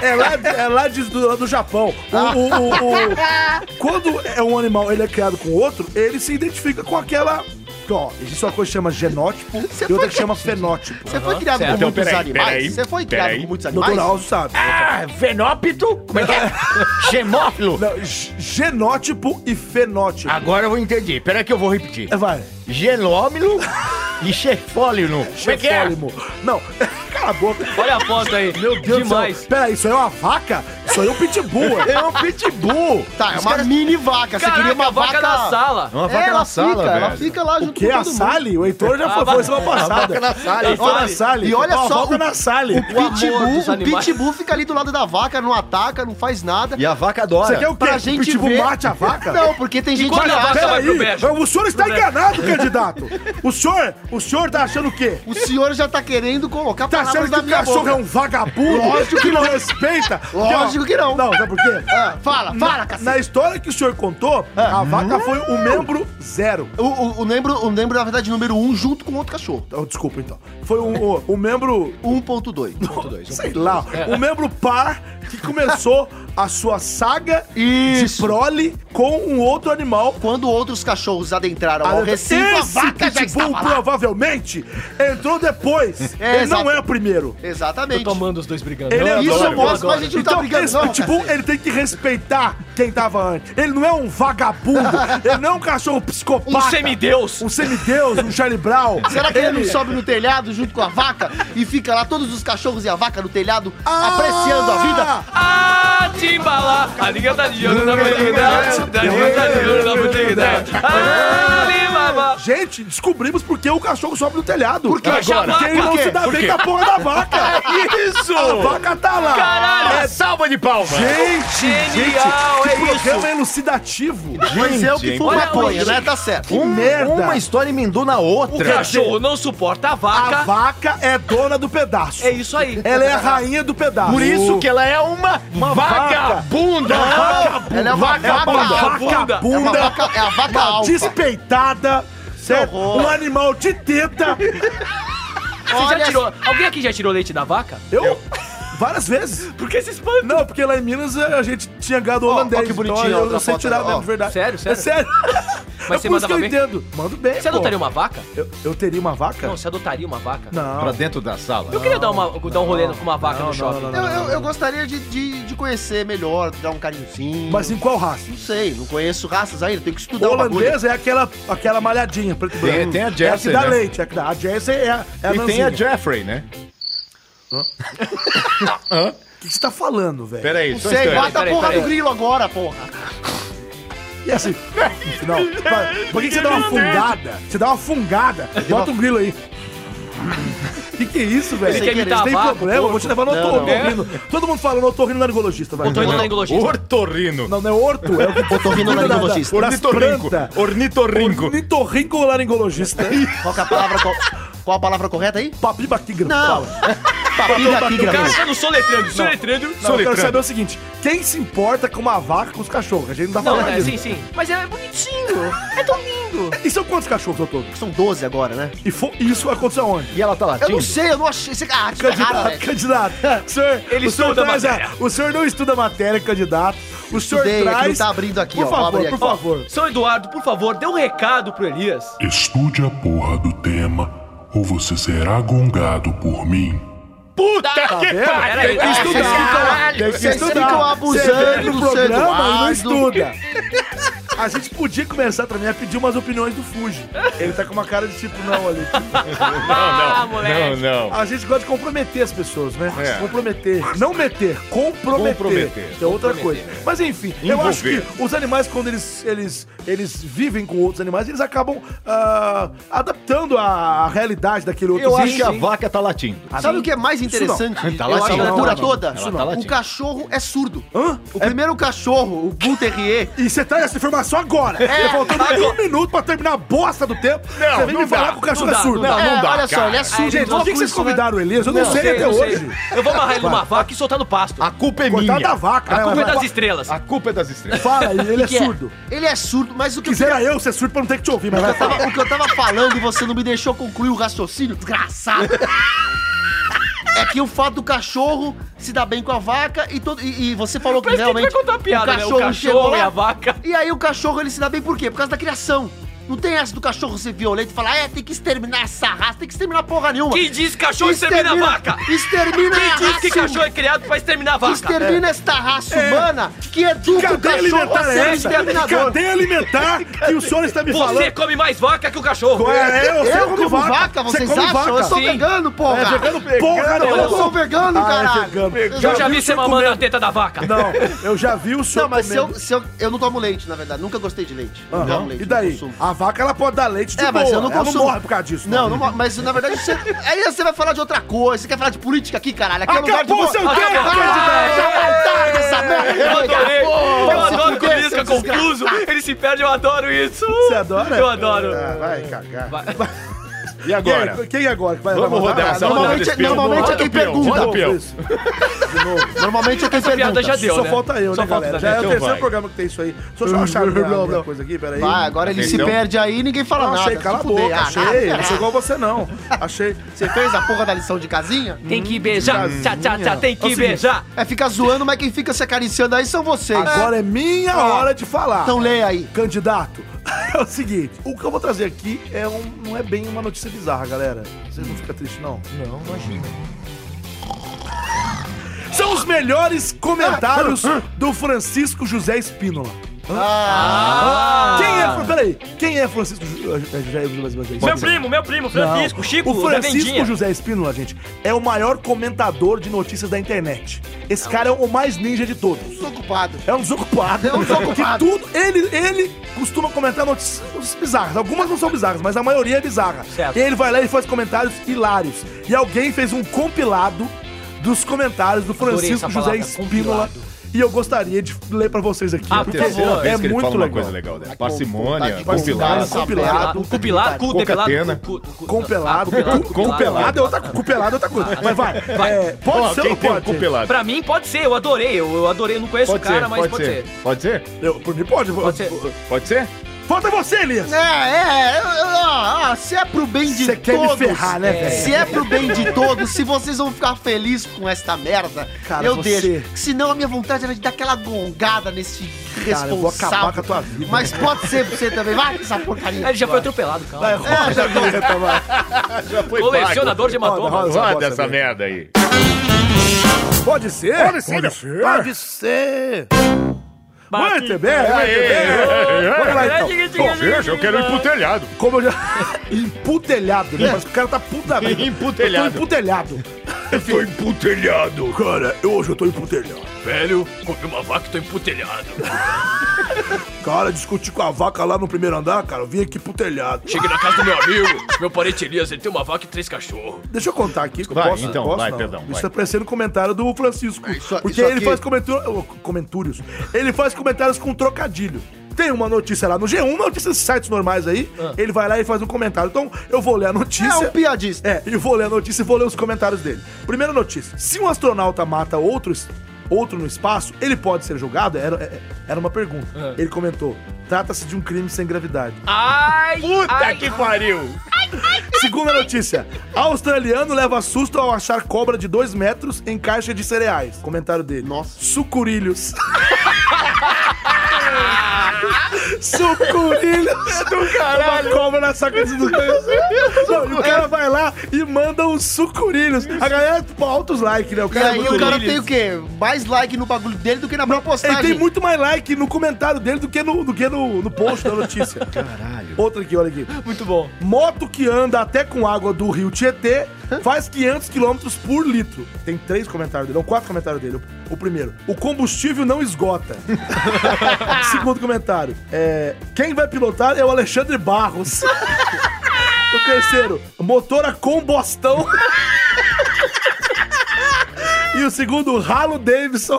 É lá, é lá de- do, lá do Japão. O- o- o- o- quando é um animal ele é criado com outro, ele se identifica com aquela. Ó, existe uma coisa que chama genótipo
Você
e outra
foi-
que chama fenótipo.
Você foi criado
Certo,
com
então,
muitos
peraí,
animais?
peraí,
Você foi
peraí.
criado com muitos
Doutor
animais?
Alves sabe.
Ah, venópito? Como é que é? Gemófilo?
Não, g- genótipo e fenótipo.
Agora eu vou entender. Pera que eu vou repetir.
É, Vai.
Genômino e chefólino.
Como é que é?
Chefólimo. Não, cala a boca.
Olha a foto aí. Meu
Deus do
Demais.
céu. Peraí, isso aí é uma vaca? Isso aí é um pitbull.
É um pitbull.
Tá, é uma mini vaca. Você
Caraca,
queria uma
a vaca
vaca...
na sala.
É uma
É,
vaca
ela
na sala,
fica, ela
velho.
fica lá
O
junto
que? é
com
A
todo mundo.
Sally? O Heitor já foi, foi semana passada.
vaca na sala.
Ele foi na Sally.
E olha
Ó, a
só,
vaca
o-
na Sally.
O
amor
pitbull,
dos
o
animais.
pitbull fica ali do lado da vaca, não ataca, não faz nada.
E a vaca adora.
Você quer é o quê?
Pra
Que
gente
o pitbull
ver-
mate a vaca?
Não, porque tem gente que
quando a vaca-
acha.
vai pro
Peraí,
brejo.
o senhor está enganado, candidato. O senhor, o senhor tá achando o quê?
O senhor já tá querendo colocar
Tá
palavras
achando que
na
o
minha
cachorro
boca.
é um vagabundo?
Lógico é.
que não respeita?
Lógico que não.
Não, sabe por quê?
Ah, fala, fala,
Na,
cacete.
na história que o senhor contou,
Ah.
a vaca foi o membro zero.
O, o, o membro, o membro, na verdade, número 1 um, junto com outro cachorro.
Oh, desculpa, então. Foi um, o, o membro.
1.2.
Sei lá. O membro par que começou a sua saga de
Isso.
prole com um outro animal.
Quando outros cachorros adentraram ao recinto, a
Ah, Esse
vaca já
pitbull
estava lá.
provavelmente entrou depois.
É,
Ele não
exato.
é o primeiro.
Exatamente.
Tomando os dois brigando.
Ele é
Isso
dono,
mostra
adoro.
que a gente não tá
então,
brigando,
esse
não,
pitbull,
cacete.
ele tem que respeitar quem tava antes. Ele não é um vagabundo, ele não é um cachorro psicopata.
Um semideus.
Um semideus, um Charlie Brown.
Será que ele... não sobe no telhado junto com a vaca e fica lá todos os cachorros e a vaca no telhado
Ah!
apreciando a vida?
Ah, timbalá, a liga tá de olho na modernidade, a liga tá de olho na modernidade. Ah, limbaba.
Gente, descobrimos por que o cachorro sobe no telhado. Por
quê? Agora.
Porque ele
Por
não
quê?
se dá
Por
bem
quê?
com a porra da vaca. Isso! A vaca tá lá.
Caralho,
É salva de palmas.
Gente,
Genial,
gente,
é
que
isso.
programa elucidativo.
Mas é o que
hein?
for
Olha
maconha,
hoje.
né? Tá certo.
Um-
merda.
Uma história emendou na
o
outra.
cachorro não suporta a
A
vaca.
vaca é dona do pedaço.
É isso aí.
Ela é a rainha do pedaço.
Por isso que ela é uma, vagabunda.
Ela é uma
É uma
vaca alva.
vacabunda.
É uma vaca- é a vaca
Uma
alfa.
Despeitada. Certo?
horror.
Um animal de teta.
Você já
Olha-
tirou. Alguém aqui já tirou leite da vaca?
Eu... Várias vezes.
Por que se espanta?
Não, porque lá em Minas a gente tinha gado holandês.
ó que
então
bonitinho a
eu
outra
não sei
foto
tirar
dela,
mesmo,
ó.
de verdade.
Sério, sério?
É sério.
Mas você
é por isso que
mandava
eu
bem?
entendo. Mando bem,
Você
pô.
adotaria uma vaca?
Eu, eu teria uma vaca?
Não, você adotaria uma vaca?
Não.
Pra dentro da sala.
Eu queria dar, uma, dar um rolê com uma vaca no shopping.
Eu, eu, eu gostaria de, de, de conhecer melhor, dar um carinhozinho.
Mas em qual raça?
Não sei, não conheço raças ainda, tem que estudar o bagulho.
Holandesa é aquela, aquela malhadinha, preto e
Tem-
branco.
tem a
É a que
Jersey,
dá
né?
leite. É a, que dá- a Jersey é a, é
E
a
tem
nanzinha.
a Jeffrey, né?
O que você tá falando, velho?
Pera aí,
Não
só um
sei,
instante.
bota a
Então, peraí,
porra
peraí.
do grilo agora, porra.
E assim, no final, vai, por que, que você dá uma fungada? Você dá uma fungada, bota um grilo aí. Que que é isso, velho?
Ele quer imitar
Você tem
a vaca,
problema, eu vou te levar no
Não,
otorrino. Todo mundo fala no otorrino laringologista, vai.
Otorrino- ornitologista.
Ortorrino.
Não, não é orto, é o que
Otorrinolaringologista.
Da- das
Ornitorrinco.
plantas.
Ornitorrinco.
Ornitorrinco é laringologista.
Qual que é a palavra, qual, qual a palavra correta aí?
Papiba tigra.
Não.
Fala.
Papilha tigra.
Cara, tá no soletrando, soletrando.
Não, eu quero
Soletrando.
saber o seguinte, quem se importa com uma vaca com os cachorros? A gente não tá
Não,
falando
é,
disso.
sim, sim. Mas é bonitinho. É tão lindo.
E são quantos cachorros, doutor?
São 12 agora, né?
E fo- isso aconteceu onde?
E ela tá
Eu não
latindo?
sei, eu não achei. Você- Ah, isso é errado,
Candidato,
velho.
candidato. O senhor,
Ele
o senhor
estuda a
traz
matéria.
O senhor não estuda a matéria, candidato. O senhor
Estudei, é que
traz.
não tá abrindo aqui,
por
ó,
Favor,
vou abrir
por
aqui.
favor.
São Eduardo, por favor, dê um recado pro Elias.
Estude a porra do tema ou você será gongado por mim.
Puta que
Pera
pariu!
aí, tá,
Estudar.
É, Vocês ficam
Você vem
abusando
no
do seu
programa e não
Eduardo.
estuda. A gente podia começar também a pedir umas opiniões do Fuji. Ele tá com uma cara de tipo, não, ali.
Ah,
Não,
moleque.
não.
A gente gosta de comprometer as pessoas, né?
É.
Comprometer. Não meter, comprometer.
Comprometer.
Que é outra coisa. Mas enfim, eu acho que
Envolver.
os animais, quando eles, eles, eles vivem com outros animais, eles acabam ah, adaptando a, a realidade daquele outro
Eu
ser.
acho que a vaca tá latindo.
Sabe o que é mais
Isso
interessante?
não.
Tá
Eu acho
latindo.
que a
Não,
cura
não, não.
toda.
Ela
Isso
tá
não. o
latindo.
cachorro é surdo.
Hã?
O primeiro cachorro, o Bull Terrier,
E você traz essa informação agora. É, faltando um minuto pra terminar a bosta do tempo. Você vem
não
me falar
dá,
que o cachorro
não dá,
é surdo.
Não, não
É,
dá,
olha só,
cara.
ele é surdo.
Gente, por que, que vocês convidaram o Elias? Eu não,
é
sei ele até hoje.
Eu vou amarrar ele numa vaca e soltar no pasto.
A culpa é
Coitado
minha.
da vaca.
A
né?
culpa é
Vai-
das estrelas.
A culpa é das estrelas.
Fala aí, ele é surdo.
ele é surdo, mas o que eu
Quisera eu ser surdo pra não ter que te ouvir, mas
Eu
vai falar.
tava- o que eu tava falando e você não me deixou concluir o raciocínio, desgraçado. É que o fato do cachorro se dar bem com a vaca e, todo, e, e você falou que
Mas quem que
realmente
vai contar a piada,
o
né? O
cachorro, chegou
cachorro e
lá,
a vaca.
E aí o cachorro ele se dá bem por quê? Por causa da criação. Não tem essa do cachorro ser violento e falar, é, tem que exterminar essa raça, tem que exterminar porra nenhuma.
Quem diz que cachorro extermina a vaca?
Extermina
Quem
a
diz
raça
que cachorro
humana.
é criado pra exterminar a vaca? É.
Extermina esta raça humana que educa o
Cadê
cachorro a
alimentar
ser
é essa?
exterminador.
Cadê alimentar que o senhor está me
Você
falando?
come mais vaca que o cachorro.
É, eu,
é Eu
como
como vaca, vocês acham? Eu sou
Sim. É,
vegano, porra.
Porra,
Eu não
não.
sou vegano,
Ah, é
caralho.
vegano.
Eu
Eu já
vi
vi
o
você
senhor
mamando a teta da vaca.
Não, eu já vi o senhor
Não, mas se eu,
comendo.
se eu, eu não tomo leite, na verdade. Nunca gostei de leite. Não
Aham.
tomo leite,
E
não
daí?
consumo.
A vaca, ela pode dar leite de
É,
boa.
mas eu não
ela
consumo.
não morre por causa disso.
Não, não, morre, mas na verdade você. Aí você vai falar de outra coisa. Você quer falar de política aqui, caralho? Aqui é lugar de.
Acabou É. o
boa-
seu
Ah,
tempo,
ah,
candidato!
Já voltaram dessa
Eu
merda!
adorei! Eu
se
adoro
fuder,
quando ele
seu
fica confuso, ele se perde, eu adoro isso!
Você adora?
Eu adoro.
Ah, vai cagar.
E
E aí,
é-
agora?
Quem agora que vai
Vamos
vai
rodar
mandar?
essa
normalmente-
rodada, espião.
normalmente
Roda
é quem
o peão,
pergunta.
Roda o peão.
É
Normalmente eu tenho
Essa piada
pergunta.
já deu,
Só
né?
falta eu,
Só
né,
falta
galera?
a
Já é o
gente, então
terceiro
vai.
programa que tem isso aí. Deixa eu só achar alguma coisa aqui, peraí.
Vai, Ah, agora ele se
Entendeu?
perde aí e ninguém fala
Não,
nada.
achei, cala a
se fuder.
boca,
Ah,
achei.
nada.
Não sou igual você, não. Achei.
Você fez a porra da lição de casinha?
Tem que beijar,
Hum.
tchá, tchá, tchá, tem que beijar!
É ficar zoando, mas quem fica se acariciando aí são vocês.
Agora é minha hora de falar.
Então leia aí.
Candidato, é o seguinte, o que eu vou trazer aqui é um, não é bem uma notícia bizarra, galera. Vocês não ficam tristes, não? Não, imagina. São os melhores comentários do Francisco José Espínola. Quem é, Fra- peraí, quem é Francisco Ju- José Espínola?
Meu primo, meu primo, Francisco, Chico,
o
da
Francisco
Vendinha.
José Espínola, gente, é o maior comentador de notícias da internet. Esse cara é o mais ninja de todos.
Tô ocupado.
É um desocupado.
É um desocupado.
Que tudo, ele, ele costuma comentar notícias bizarras. Algumas não são bizarras, mas a maioria é bizarra.
Certo.
Ele vai lá e faz comentários hilários. E alguém fez um compilado dos comentários do
Adorei
Francisco
essa
José
palavra,
Espínola. E eu gostaria de ler pra vocês aqui.
Ah,
porque
por favor.
É
Vez que ele
muito
fala uma
legal.
coisa legal, né? Parcimônia,
vontade de
compilado.
um
essa
compilado,
O cupilado, cu, depilado,
Concatena.
cu, cu, cu-
Compelado.
Ah,
Cu- Compelado é outra coisa. Compelado é outra coisa. Mas vai. É,
Ó,
pode ser ou
quem tem
não
um
pode? ser?
compilado?
Pra mim pode ser, eu adorei, eu, eu adorei, eu não conheço o
Pode
cara,
ser,
mas
pode ser. Pode ser?
Eu, por mim pode.
Pode ser.
Pode ser?
Falta você, Elias.
É, é, ó, ó, se é pro bem de
Você
todos.
quer me ferrar, né, velho?
Se é pro bem de todos, se vocês vão ficar felizes com esta merda,
Cara,
eu
você-
deixo. Senão a minha vontade era de dar aquela gongada nesse
Cara, eu
responsável.
vou acabar com a tua vida.
Mas pode ser pra você também, vai essa
Ele
porcaria.
já foi atropelado, calma.
roda, já
Já foi
Colecionador de
Roda,
hematomas.
roda,
Roda
roda
essa merda aí.
Pode ser? Pode ser. Pode ser. Pode ser. Muito bem, muito bem. Vamos lá, então.
Bom, veja, eu quero ir pro telhado.
Como eu já... Emputelhado, né? Mas o cara tá puta vida.
Emputelhado.
Eu tô emputelhado.
Eu tô emputelhado.
Cara, eu hoje eu tô emputelhado.
Velho, comi uma vaca e tô emputelhado.
Cara, discuti com a vaca lá no primeiro andar, cara. Eu vim aqui putelhado.
Cheguei na casa do meu amigo, meu parente Elias, ele tem uma vaca e três cachorros.
Deixa eu contar aqui. que eu
Vai, então, vai,
não.
perdão,
Isso
vai.
tá parecendo um comentário do Francisco.
isso-
porque
isso
ele
aqui-
faz comentário, comentários. Ele faz comentários com trocadilho. Tem uma notícia lá no G1, notícias de sites normais aí.
Ah.
Ele vai lá e faz um comentário. Então, eu vou ler a notícia.
É um piadista.
É, eu vou ler a notícia e vou ler os comentários dele. Primeira notícia: se um astronauta mata outro, es- outro no espaço, ele pode ser julgado? Era, é- era uma pergunta. Ele comentou: trata-se de um crime sem gravidade.
Ai,
Puta
ai,
que pariu.
Segunda notícia: australiano leva susto ao achar cobra de 2 metros em caixa de cereais. Comentário dele:
Nossa.
Sucurilhos. Sucuri
É
do caralho. Uma cobra na sacanagem do Não, e o cara vai lá e manda uns sucurilhos. A galera pô, altos likes, né? O
E
cara é
aí
muito
o cara
lindo.
tem o quê? Mais like no bagulho dele do que na própria
Ele
postagem.
tem muito mais like no comentário dele do que no, do que no, no post da notícia.
Caralho.
Outra aqui, olha aqui.
Muito bom.
Moto que anda até com água do rio Tietê faz 500 km por litro. Tem três comentários dele, ou quatro comentários dele. O primeiro, o combustível não esgota. Segundo comentário, é, quem vai pilotar é o Alexandre Barros. o terceiro, motora combustão. e o segundo, ralo Davidson.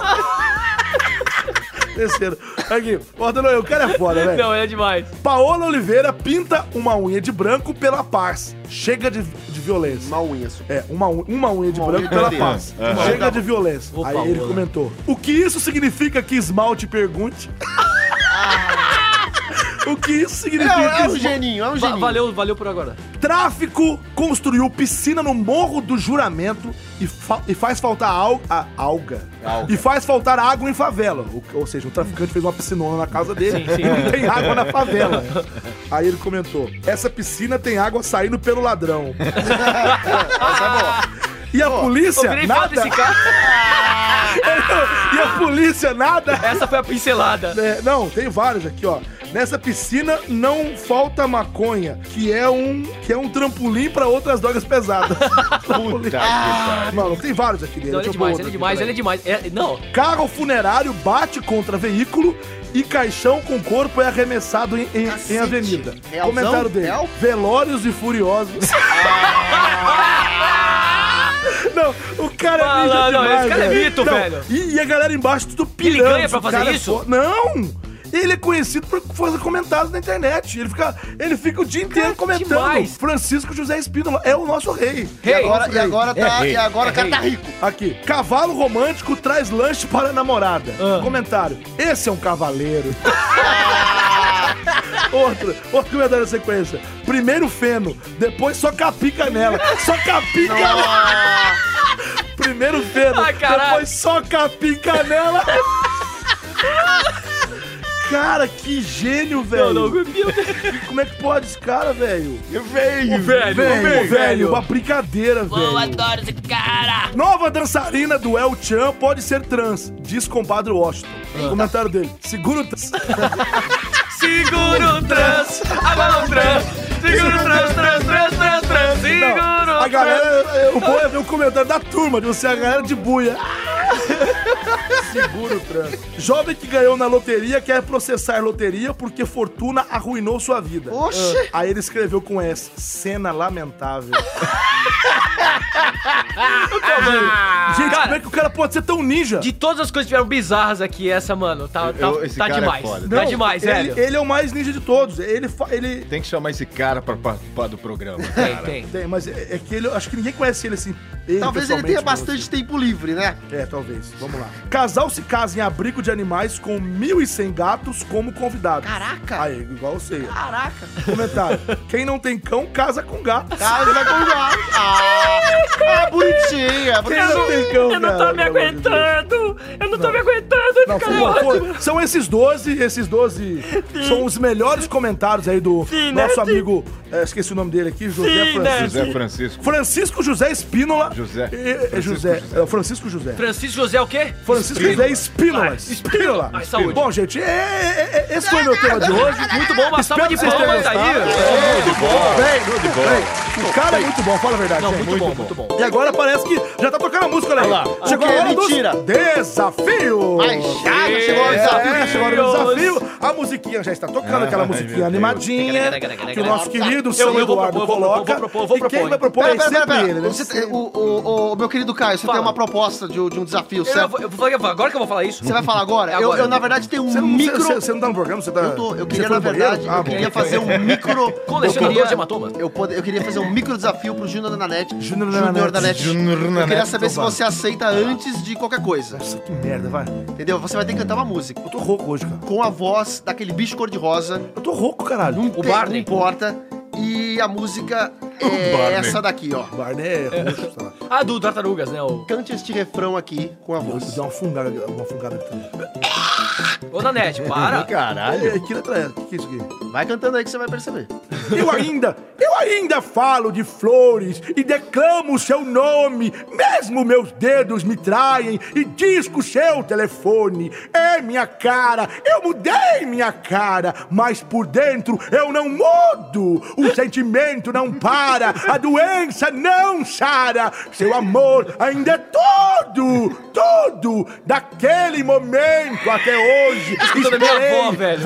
Terceiro. Aqui, Ordenoy, o cara é foda, velho.
Não, ele é demais.
Paola Oliveira pinta uma unha de branco pela paz. Chega de, de violência.
Uma unha só.
É, uma, unha- uma unha de branco
unha É.
pela
de
paz. Chega de violência.
Ô,
Aí
Paola.
ele comentou. O que isso significa que esmalte pergunte? o que isso
É,
significa que
é um
esmalte-
geninho, é um
Va-
geninho.
valeu, valeu por agora.
Tráfico construiu piscina no Morro do Juramento e, fa- e faz faltar al- a- alga. E faz faltar água em favela. O- ou seja, o traficante fez uma piscinona na casa dele
Sim, sim.
e tem água na favela. Aí ele comentou: essa piscina tem água saindo pelo ladrão. E a polícia
Eu virei fã
nada.
desse cara.
e a polícia nada.
Essa foi a pincelada.
É, não, tem vários aqui, ó. Nessa piscina não falta maconha, que é um, que é um trampolim pra outras drogas pesadas. Trampolim. Mano, tem vários aqui dele.
Não, ele
Deixa
é
eu pôr
demais,
outro
ele é
aqui,
demais, ele
peraí.
é demais. É- não,
Carro funerário bate contra veículo e caixão com corpo é arremessado em, em- em avenida.
Realzão?
Comentário dele.
Real?
Velórios e furiosos.
Ah!
Não, o cara é
Ah,
mito
não, não,
demais,
esse cara é mito, velho.
E, e a galera embaixo tudo pirando.
ganha pra
o
fazer
cara é
isso?
fo- Não! Ele é conhecido por fazer comentários na internet. Ele fica, ele fica o dia inteiro comentando.
demais.
Francisco José Espínola é o nosso rei.
E agora, e agora tá,
rei,
e agora
é
o cara
rei.
tá rico.
Aqui, cavalo romântico traz lanche para a namorada.
Ah.
Comentário, esse é um cavaleiro. outro, outro comentário na sequência. Primeiro feno, depois só capica nela. Só capica nela. Primeiro feno,
Ai, caralho.
depois só capica nela. Cara, que gênio, velho.
não, meu Deus.
Como é que pode esse cara, velho?
O velho,
Velho, velho, uma brincadeira, velho. Eu adoro esse cara. Nova dançarina do El Chan pode ser trans, diz compadre Washington.
Ah.
Comentário dele. Segura o trans.
Segura o trans, agora o trans. Segura o trans, trans, trans, trans, trans. Segura
A
o trans.
galera, o bom é ver o comentário da turma, de você, a galera de buia. Segura o trans. Jovem que ganhou na loteria quer processar loteria porque fortuna arruinou sua vida. Ah,
Oxe.
Aí ele escreveu com S, cena lamentável. Então, Gente, como é que o cara pode ser tão ninja?
De todas as coisas que tiveram bizarras aqui, essa, mano, tá, tá,
Eu- esse
tá
cara é
demais.
foda.
tá demais,
ele,
velho.
ele é o mais ninja de todos. Ele. fa- ele
Tem que chamar esse cara pra participar do programa.
Tem,
Cara.
tem.
tem, mas é, é que ele. Acho que ninguém conhece ele assim. ele
Talvez ele
pessoalmente,
tenha
não.
bastante tempo livre, né?
É, talvez. Vamos lá. Casal se casa em abrigo de animais com 1.100 gatos como convidados.
Caraca.
Aí, igual eu sei.
Caraca.
Comentário. Quem não tem cão, casa com gato.
Cara, vai comprar. Ah, é bonitinho. É
Quem não
bonitinho.
tem cão,
Eu não
cara,
tô me
pelo amor de Deus.
aguentando! Eu não tô me aguentando!
Não,
cara.
foi, foi. São esses 12, esses 12 são os melhores comentários aí do
Sim, né?
nosso
Sim.
amigo, eh, esqueci o nome dele aqui, José
Sim, né?
Francisco.
José Francisco.
Francisco José Espínola.
José.
E- e- José. É, Francisco José.
Francisco José é o quê?
Francisco José Espínola. Espínola.
Ai, saúde.
Bom, gente, é- é- é- esse foi o meu tema de hoje.
Muito bom, uma salva de
Espero que
palmas
vocês tenham
aí. Muito bom.
Bem, bem. O cara é muito bom, fala a verdade.
Não,
gente.
muito bom, muito bom.
E agora parece que já tá tocando a música, né? Chegou a hora
Mentira.
dos desafios.
Ai, já, já chegou o desafio.
É, chegou a hora do desafio. A musiquinha já está tocando, aquela musiquinha animadinha que o nosso querido
Ah, eu
seu
vou
Eduardo
propor, eu vou propor,
coloca.
eu vou propor, eu vou
E quem
propor.
vai propor
Pera,
é
pera, pera,
sempre ele,
pera.
né?
Você tem- o, o, o- meu querido Caio, você
Fala.
tem uma proposta de, um- de um desafio,
Eu, eu,
certo?
vou- eu, vou- agora que eu vou falar isso?
Você vai falar agora?
É agora.
Eu, eu, na verdade, tenho um
Você não,
micro...
você, você não tá no programa? Você tá,
Eu, tô, eu
você
queria,
foi
na
no
verdade,
banheiro? Ah,
eu
bom.
queria fazer um micro...
Colecionador
eu queria-
de hematomas.
Eu, pod- eu queria fazer um micro desafio pro Júnior Nanete.
Júnior
Júnior
Nanete.
Nanete.
Júnior
Eu queria
Nanete,
saber se
então
você aceita antes de qualquer coisa.
Nossa, que merda, vai.
Entendeu? Você vai ter que cantar uma música.
Eu tô rouco hoje, cara.
Com a voz daquele bicho cor-de-rosa. um
Eu tô rouco, caralho.
Não,
O
tem- não
Barney.
importa. E a música é essa daqui, ó.
Barney é roxo, sei lá.
Ah, do Tartarugas, né? O...
Cante este refrão aqui com a voz.
Dá uma fungada, uma fungada. aqui.
Ô, Nanete,
É,
para.
Caralho.
Ei, Que letra é? O que é isso aqui?
Vai cantando aí que você vai perceber.
Eu ainda, eu ainda falo de flores e declamo o seu nome, mesmo meus dedos me traem e disco o seu telefone. É minha cara, eu mudei minha cara, mas por dentro eu não mudo. O sentimento não para, a doença não sara. Seu amor ainda é todo, todo daquele momento até hoje.
Escutando minha
Esperei
avó, velho.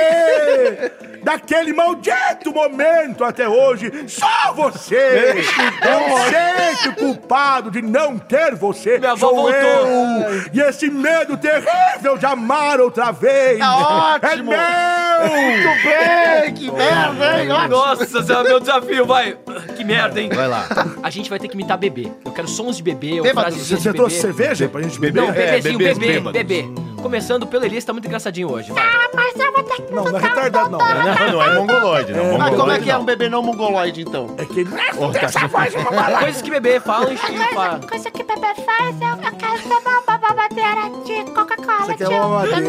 você! Daquele maldito momento até hoje, só você! Eu sinto culpado de não ter você,
Minha avó
sou
voltou.
eu! E esse medo terrível de amar outra vez!
ótimo.
É meu!
Muito bem, que merda, hein? Ótimo.
Nossa, esse é o meu desafio, vai. Que merda, hein?
Vai lá.
A gente vai ter que imitar bebê. Eu quero sons de bebê, ou
Bêbado.
Você,
frasezinhas de
você
bebê.
trouxe cerveja pra gente beber?
Bebeu?
É,
Não, bebezinho,
bebês
bebê,
bêbados.
bebê. Começando pelo Elias, tá muito engraçadinho hoje. Vai.
Ah, mas eu vou ter que
Não, não é
botar
retardado, não.
Não, não é mongoloide, não.
Mas como é
Mongoloide
que é um bebê não mongoloide, então?
É que ele
não. Essa voz
Coisas que bebê fala e
Coisa,
fala.
coisa que bebê faz, eu, eu quero tomar uma babadeira de Coca-Cola,
quer
tio.
uma madeira?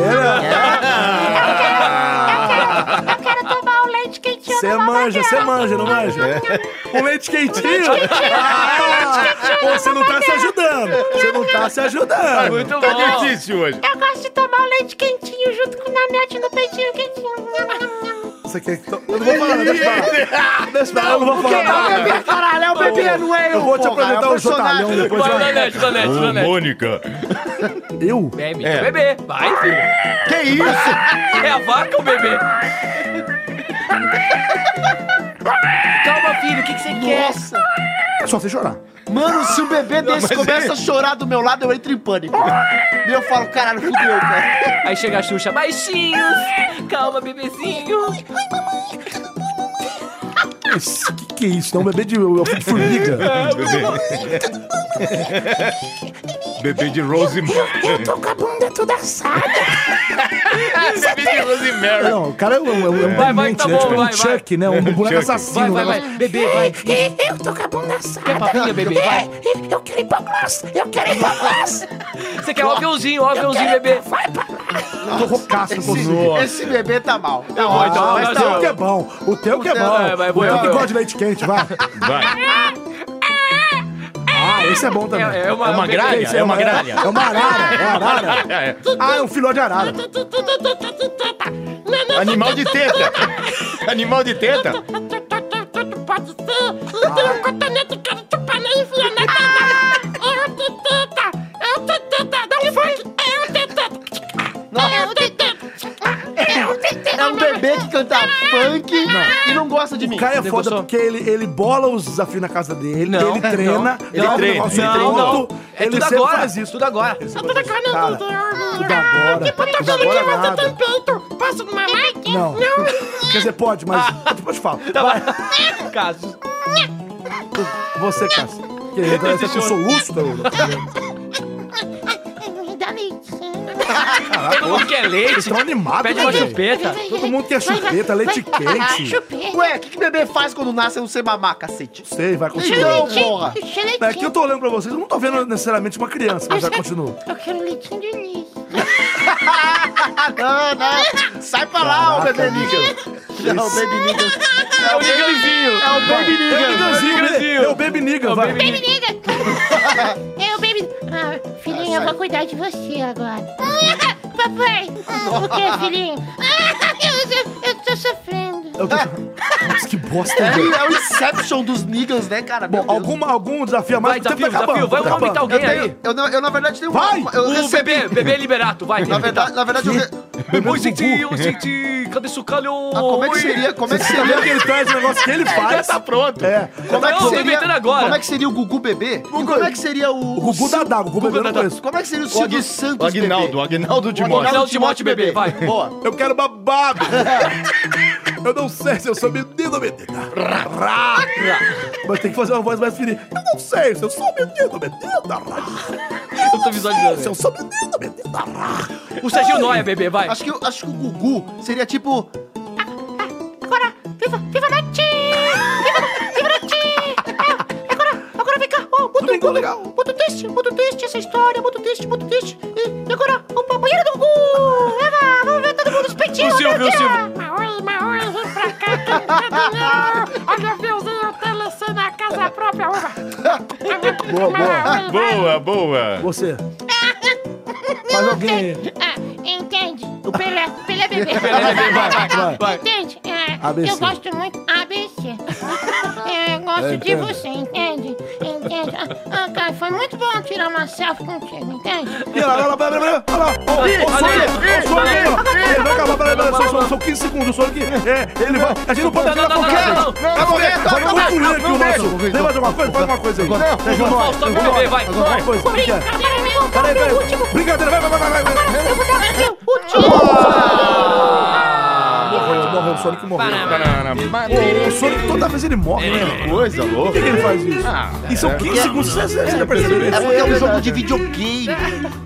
Eu quero, eu quero tomar um leite quentinho
Você
numa
manja, você
babadeira.
manja, não manja? Um leite quentinho? Ah, pô, você não tá se ajudando! Você não tá se ajudando!
Muito
Tá
bom.
difícil hoje.
Eu gosto de tomar um leite quentinho junto com o nanete no peitinho quentinho.
Você quer que to- Eu não vou falar, deixa eu falar. Deixa eu falar, eu não vou
Porque
falar
é o
nada.
bebê, caralho, é o bebê, não é eu.
Eu vou te
pô, cara,
apresentar
é
o
personagem.
Jotalhão um depois.
Vai,
vai.
Nanete, Nanete,
Ô,
Nanete.
Mônica.
Eu?
Bebe,
É.
bebê. Vai, filho.
Que isso?
É a vaca ou o bebê? Calma, filho, o que, que você quer?
Nossa.
É só você chorar.
Mano, se um bebê desse
mas
começa
ele-
a chorar do meu lado, eu entro em pânico. E eu falo, caralho, fudeu, cara.
Aí chega a Xuxa, baixinhos. Calma, bebezinho.
Mas que que é isso? Não, um bebê de, de formiga.
É.
Bebê. Bebê de Rosemary.
Com a bunda toda assada.
Bebê de Rosemary.
Não, o cara é um, é um, é um
Vai, vai,
demente,
tá
né?
bom,
tipo
vai,
um
vai.
Chuck, né? Um boneco
Chuck.
Vai,
assassino.
vai,
né?
vai. Bebê, vai.
É, Eu tô com a bunda assada. É,
Papinha, bebê, vai.
Eu quero hipogloss. Eu quero hipogloss.
Você quer o aviãozinho, o aviãozinho, bebê.
Vai pra
Tô roucaço com
Esse,
você. Ah,
esse bebê tá mal. Tá
vou,
ótimo,
então,
mas
Mas
eu
tá
vou.
tem
ótimo.
o que é bom. O teu que é
Não, é, vai,
bom. O
vou,
teu que
eu-
gosta de leite quente, vai.
É.
Vai.
Ah, esse é bom também.
É, é uma,
É uma
bebê.
gralha?
Esse é uma gralha. É uma arara. É uma arara. Ah, é um filó de arara.
Animal de teta. Animal de teta.
Pode ser. Eu tenho um cotonete que eu tô pra nem enfiar na tá? É cara. Eu tô teta. Eu tô teta. Não foi. Eu tô teta. Eu tô teta. Eu tô teta.
É um bebê que canta funk e não gosta de mim.
O cara é foda
Negociou.
porque ele, ele bola os desafios na casa dele,
Não,
ele treina,
não.
Ele
dá um
treina,
negócio
ele
Não,
treina.
pronto,
não. É
ele
tudo
sempre
agora.
faz isso.
Tudo agora.
É
Eu tô tocando
Cara, tudo agora.
Tipo, eu tô
Tudo
achando que
agora
você tem
nada.
peito. Posso mamar?
Não. Quer dizer, pode, mas
Ah.
depois eu falo. Vai,
Caso.
você, Cássio. Que ele tá com soluço, tá?
Me dá leite.
Todo mundo quer leite.
Então,
Tão animado,
Pede
né,
uma
velho?
chupeta.
Todo mundo quer chupeta, leite quente.
Chupeta.
Ué, o que, que bebê faz quando nasce e não sei mamar, cacete?
Sei, vai,
Então,
continua.
Leitinho,
porra.
eu quero
É que eu
leitinho.
tô olhando pra vocês, eu não tô vendo necessariamente uma criança, mas já continua.
Eu quero leitinho de leite.
Ah, não, não. Sai pra lá, ô bebê Ah, Nigel. É o Baby Nigel.
É o Niganzinho.
É o Baby Nigel.
É o Baby Nigga, vai.
Me liga. Eu, baby. Ah, filhinho, eu vou cuidar de você agora. Ah, Papai. O que, filhinho? Ah, eu, eu tô sofrendo.
Eu tô- Nossa, que bosta, velho.
É, é o Inception dos Nigels, né, cara? Meu
Bom,
Deus.
algum, algum desafio a mais?
Vai,
o tempo
desafio,
tá acabando,
desafio. Vai
tá
vomitar
acabando.
alguém
Eu, tenho,
aí.
eu, não- eu, na verdade, tenho uma-
Vai!
uma- eu
O
recebi-
bebê, bebê é liberato, vai.
Na
Tá.
verdade, na verdade eu re-
Oi, senti, oi, senti. Cadê esse calho?
Ah, como é que seria? Como é que
Você tá
seria?
vendo que ele traz o negócio que ele faz?
Tá pronto.
É.
Como é
Não,
que
tô
seria?
inventando agora.
Como é que seria o Gugu bebê? E como é que seria o.
O Gugu da Dago, o Gugu bebê eu não
Dadá.
conheço.
Como é que seria o
O
Silvio
Agui-
Santos
o Aguinaldo, É o
bebê?
Aguinaldo de
O Aguinaldo
Mota.
Aguinaldo é Timóteo bebê, vai.
Boa.
Eu quero babado. eu não sei se eu sou menino ou menina. Rá, rá, rá. Mas tem que fazer uma voz mais fininha. Eu não sei se eu sou menino ou menina. rá.
Eu tô
Se eu
visualizando.
sou menino ou menina. rá.
O Serginho Noia, bebê, vai.
Acho que, eu- acho que o Gugu seria tipo.
Agora, viva, É, viva noite! Viva, viva noite!
Ficou legal.
Muito triste, muito triste essa história, muito triste, muito triste. E, e agora, o banheiro do Gugu! Eva, vamos ver todo mundo os peitinhos,
O Silvio,
né,
o
tia?
Silvio.
Maui, Maui, vem pra cá, que não tá dinheiro. Olha o viuzinho telecendo a casa própria, uva. Boa,
Boa,
boa.
boa.
Você. Faz alguém.
Ah, entende? O Pelé, Pelé bebê.
Vai.
Entende? É,
ABC.
Eu gosto muito ABC. É, eu gosto de você, entende? Entende? Ah, ah, cara, foi muito bom tirar uma selfie contigo, entende?
Olha lá, olha lá, olha lá, olha lá. Ó, ó,
Ih,
ó,
olha
sonho, ó, sonho, ó. Ei, vai acabar, peraí, peraí, só- só- São 15 segundos, o sonho aqui. É, ele vai. A gente não pode
Não, não,
tirar
não,
qualquer.
não, não, não.
Vai morrer, vai concluir aqui o nosso. Tem mais alguma coisa? Faz alguma coisa aí. Deixa eu falar.
Faustão, meu bebê, vai.
Alguma coisa, o que que é?
Agora meu, agora
Peraí,
meu
peraí.
último.
Brincadeira, vai, vai, vai, vai, vai.
Eu vou dar o meu último.
Morreu, morreu, o Sonic morreu. Ô, O Sonic toda vez ele morre, né?
Coisa
Por que
louca.
que ele faz isso? E são 15 segundos, você você já percebeu
É
isso?
porque é um jogo de videogame.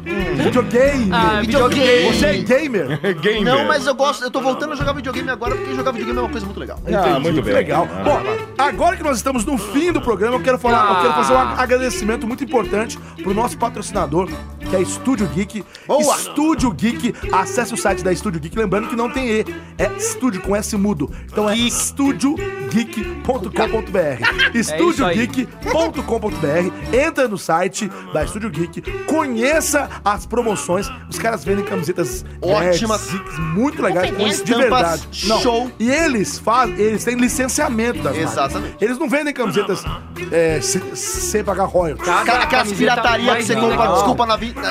É Videogame.
videogame.
Você é gamer?
Gamer.
Não, mas eu gosto, eu tô voltando a jogar videogame agora porque jogar videogame é uma coisa muito legal.
Ah, muito
Que
bem.
Legal. Bom, agora que nós estamos no fim do programa, eu quero falar, eu quero fazer um
Ah.
agradecimento muito importante pro nosso patrocinador, que é Estúdio Geek.
Boa!
Estúdio Geek, acesse o site da Estúdio Geek, lembrando que não tem E, é Estúdio com S mudo. Então é estudiogeek.com.br.
É
Estudiogeek.com.br, entra no site da Estúdio Geek, conheça as promoções. Os caras vendem camisetas
Ótimas.
nerds, geeks, muito legais, com isso de
Estampas,
verdade.
show.
E eles fazem, eles têm licenciamento das marcas.
Exatamente.
Eles não vendem camisetas é, se- sem, pagar royalties.
Cara, aquelas pirataria que você compra, desculpa, na vida.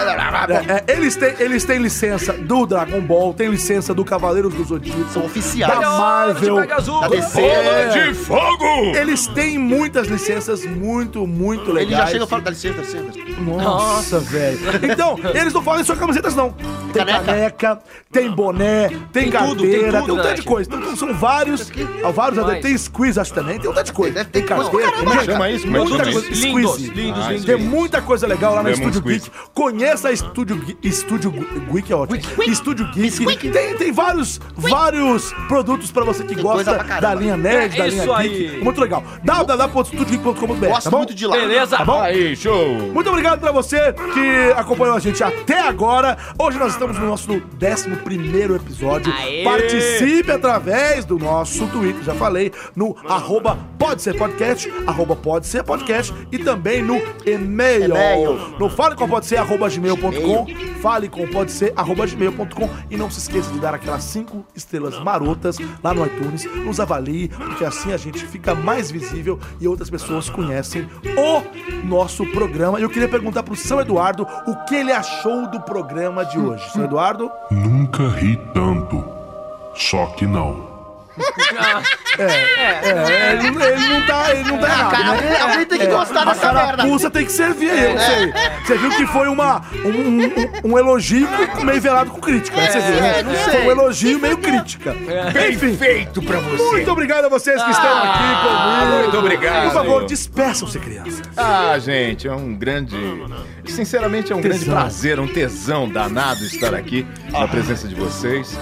É, é, eles, têm, eles têm licença do Dragon Ball, têm licença do Cavaleiros do Zodíaco.
São oficiais.
Da Marvel.
Azul.
Da DC.
Bola de fogo!
É. Eles têm muitas licenças muito, muito legais.
Ele já chega e fala, dá licença, dá licença.
Nossa, velho. Então, eles não falam só camisetas, não. Tem
Caneca.
caneca, tem boné, tem, carteira,
tudo, tem
tem,
tudo,
um tanto de
Nath.
coisa. Então, são vários, ó, vários
Demais.
tem squeeze, acho também, tem um tanto de coisa.
Deve ter
tem
coisa.
carteira,
Como é que chama isso? Como é que
muita
chama
coisa.
isso?
Lindos,
Squeeze.
lindos,
Ah,
lindos.
Tem muita coisa legal lá no
Lemon
Estúdio
squeeze.
Geek. Conheça a Estúdio Geek- Estúdio Gu- Geek, é ótimo. Estúdio Geek. Tem, tem vários, vários produtos pra você que
coisa
gosta
pra caramba.
da linha nerd,
É
da
isso
linha
aí.
geek. Muito legal. www.studiogeek.com.br.
Gosto
tá bom?
muito de lá.
Beleza.
Tá bom?
Aí, show!
Muito obrigado pra você que acompanhou a gente até agora. Hoje nós estamos no nosso 11 episódio.
Aê!
Participe através do nosso Twitter, já falei, no arroba pode ser podcast, arroba pode ser podcast e também no e-mail.
E-mail.
No fale com pode ser, arroba gmail.com, fale com pode ser, arroba gmail.com e não se esqueça de dar aquelas cinco estrelas marotas lá no iTunes, nos avalie, porque assim a gente fica mais visível e outras pessoas conhecem o nosso programa. E eu queria perguntar pro São Eduardo o que ele achou do programa de hoje. São Eduardo?
Nunca ri tanto. Só que não.
É, ele, ele não tá, ele não tá errado, né?
Alguém, alguém tem que gostar
A
dessa merda.
carapuça tem que servir aí, eu não sei. Você viu que foi uma, um, um- um elogio meio velado com crítica, né? Você viu, né?
É, não
Foi
sei.
um elogio meio crítica. Enfim,
Perfeito pra você!
muito obrigado a vocês que estão aqui comigo.
Muito obrigado!
Por favor, despeçam-se, crianças.
Ah, gente, é um grande. Sinceramente, é um grande
Tesão.
prazer, é um tesão danado estar aqui na presença de vocês.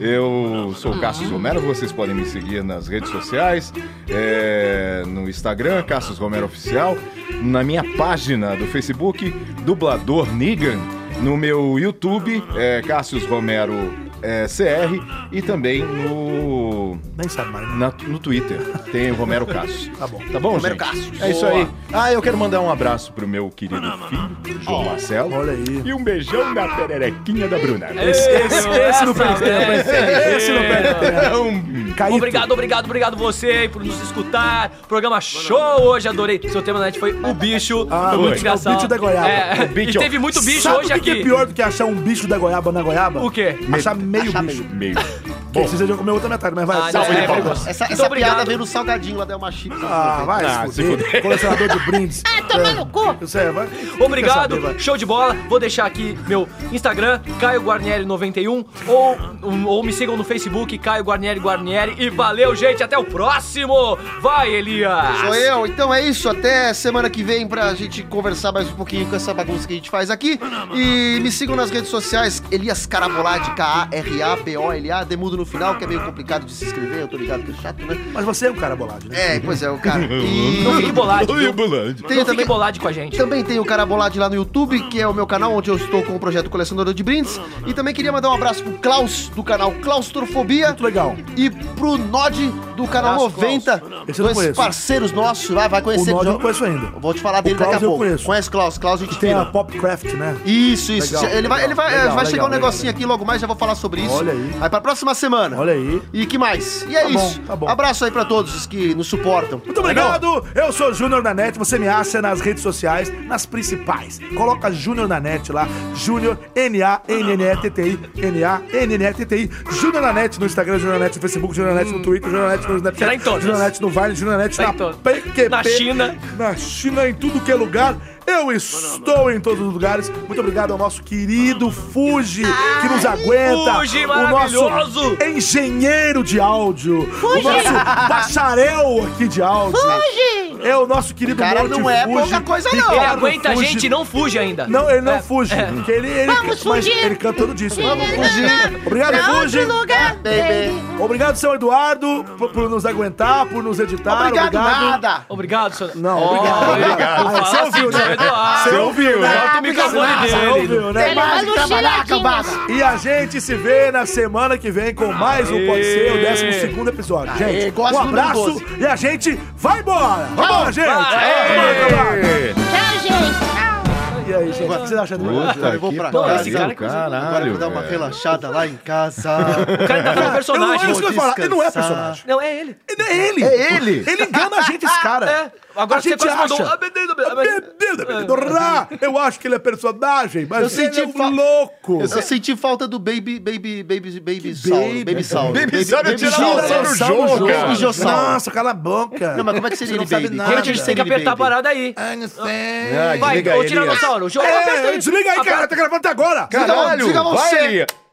Eu sou o Cassius Romero, vocês podem me seguir nas redes sociais, é, no Instagram, Cassius Romero Oficial, na minha página do Facebook, Dublador Nigan, no meu YouTube, é, Cassius Romero é, CR, e também no
Nem sabe mais. né?
na- no Twitter. Tem o Romero Cassius. Tá bom. Tá bom,
Romero
gente?
Cassius.
É isso aí. Ah, eu quero mandar um abraço pro meu querido filho, João Marcelo.
Olha aí.
E um beijão na pererequinha da Bruna.
Esse, esse, esse não perde tempo, esse, esse não perde tempo.
Um-
Caíto.
Obrigado, obrigado, obrigado você aí por nos escutar. Programa show hoje, adorei. Seu tema na net foi o bicho.
Ah,
foi
o bicho- o bicho da goiaba.
É,
O bicho.
E teve muito bicho
Sabe
hoje
o que que
aqui.
é pior do que achar um bicho da goiaba na goiaba?
O quê?
Achar meio bicho.
Meio.
Bom, vocês já comer outra metade, mas vai.
Ah,
salve
não,
de
é
palmas.
perigoso.
Essa,
Muito
essa
obrigado.
piada veio no salgadinho lá da Elma Chips.
Ah, vai
Ah,
se
se
fuder. Colecionador de brindes.
Ah, toma no cu.
Isso é, vai.
Obrigado,
Quer saber, vai.
show de bola. Vou deixar aqui meu Instagram, Caio Guarnieri91, ou, um, ou me sigam no Facebook, Caio Guarnieri Guarnieri. E valeu, gente, até o próximo. Vai, Elias.
Sou eu, então é isso. Até semana que vem pra gente conversar mais um pouquinho com essa bagunça que a gente faz aqui. E me sigam nas redes sociais, Elias Carabolade, K-A-R-A-B-O-L-A, Demudo no final, que é meio complicado de se escrever, eu tô ligado que é chato, né?
Mas você é um cara bolado, né?
É, pois é, o cara.
Não fique
E
bolado.
Oi, ambulante.
tem
Não fique
também.
bolado com a gente.
Também tem o Carabolade lá no YouTube, que é o meu canal, onde eu estou com o projeto Colecionador de Brindes. E também queria mandar um abraço pro Klaus, do canal Claustrofobia.
Muito legal.
E pro Nod, do canal
Abraço,
90.
Esse eu não
Dois
conheço.
parceiros nossos lá, vai
O
conhecer.
Nod eu não
já-
conheço ainda.
Eu Vou te falar dele
Klaus
daqui a
eu
pouco.
conheço.
Conhece Klaus, Klaus a gente
Tem
vira.
a Popcraft, né?
Isso, isso.
Legal,
ele vai,
legal,
ele vai,
legal,
vai chegar
legal,
um negocinho aqui logo mais, já vou falar sobre isso.
Olha aí.
Aí pra próxima semana.
Olha aí.
E que mais? E é
Tá bom,
isso.
tá bom.
Abraço aí pra todos os que nos suportam.
Muito obrigado! Eu sou Júnior da Net, você me acha nas redes sociais, nas principais. Coloca Júnior da Net lá, Júnior N-A-N-N-E-T-T-I, N-A-N-N-E-T-T-I, Júnior da Net no Instagram, Júnior da Net no Facebook, Júnior da Net no Twitter, Júnior da Net no Snapchat,
Será em todas?
Júnior da Net no Vine, Júnior da Net
Será
na
em todas?
PQP,
Na China.
na China, em tudo que é lugar. Eu estou em todos os lugares. Muito obrigado ao nosso querido Fuji, que nos aguenta.
Fuji
o nosso
maravilhoso.
engenheiro de áudio, o nosso bacharel aqui de áudio.
Hoje!
É o nosso querido
Cara,
Monte
não é
Fuji.
pouca coisa, não.
Ele
Ricardo
aguenta a
Fuji.
gente e não fuge ainda.
Não, ele não
É,
fuge.
é.
Porque ele, ele,
Vamos
mas
fugir.
ele canta todo disco.
Vamos
fugir.
Obrigado,
Pra
Fuji.
outro lugar,
baby.
baby.
Obrigado, seu Eduardo, por, por nos aguentar, por nos editar.
Obrigado, nada.
Obrigado, senhor.
Não,
Olha,
obrigado.
vou
Ah, você
falar
ouviu,
assim,
né?
Eduardo.
Você ouviu, né?
Corta o microfone
Você
dele.
ouviu, né?
Ele vai no chiladinhas.
E a gente se vê na semana que vem com mais um Pode Ser, o 12 segundo episódio.
Aê,
Gente,
gosto
um
do número
abraço
12.
e a gente vai embora. Vamos, gente. Vamos, vamos.
Tchau, gente.
E aí, gente, o que vocês acham do
Puta
Eu vou
que
pra
pariu,
casa.
Esse cara que-
Agora eu
caralho,
vou dar um uma
velho.
relaxada lá em casa.
O cara tá falando
Eu, é
personagem.
isso que eu ia falar. Ele não é personagem.
Não, é ele.
Ele é ele.
É ele.
Ele engana a gente, esse cara.
É. Agora
a
você
gente
quase mandou.
acha.
Ah, meu Deus, meu
Meu
Deus.
Deus, meu Deus, rá. Eu acho que ele é personagem, mas
Eu
ele
senti
é um
fa-
louco.
Eu só senti falta do Baby, Baby, Baby, Baby Sauro. Baby Sauro.
Baby Sauro,
Baby um
tira
Sauro.
o Sauro
Sauro
Jô, cara.
Sauro Jô. Jossauro.
Nossa, cala a boca.
Não, mas como é que seria
Você
ele,
não sabe
Baby?
nada.
Como é
Gente,
que
a
ele
gente tem que
seria
apertar a
Baby?
parada aí.
Ah, não sei.
Ah,
Vai,
desliga
ô
aí, Elias.
Tiranossauro, joga aperta
É,
aí.
desliga aí, cara.
tá Aperta-
Tá gravando até agora.
Caralho,
desliga
vai,
você.
Elias.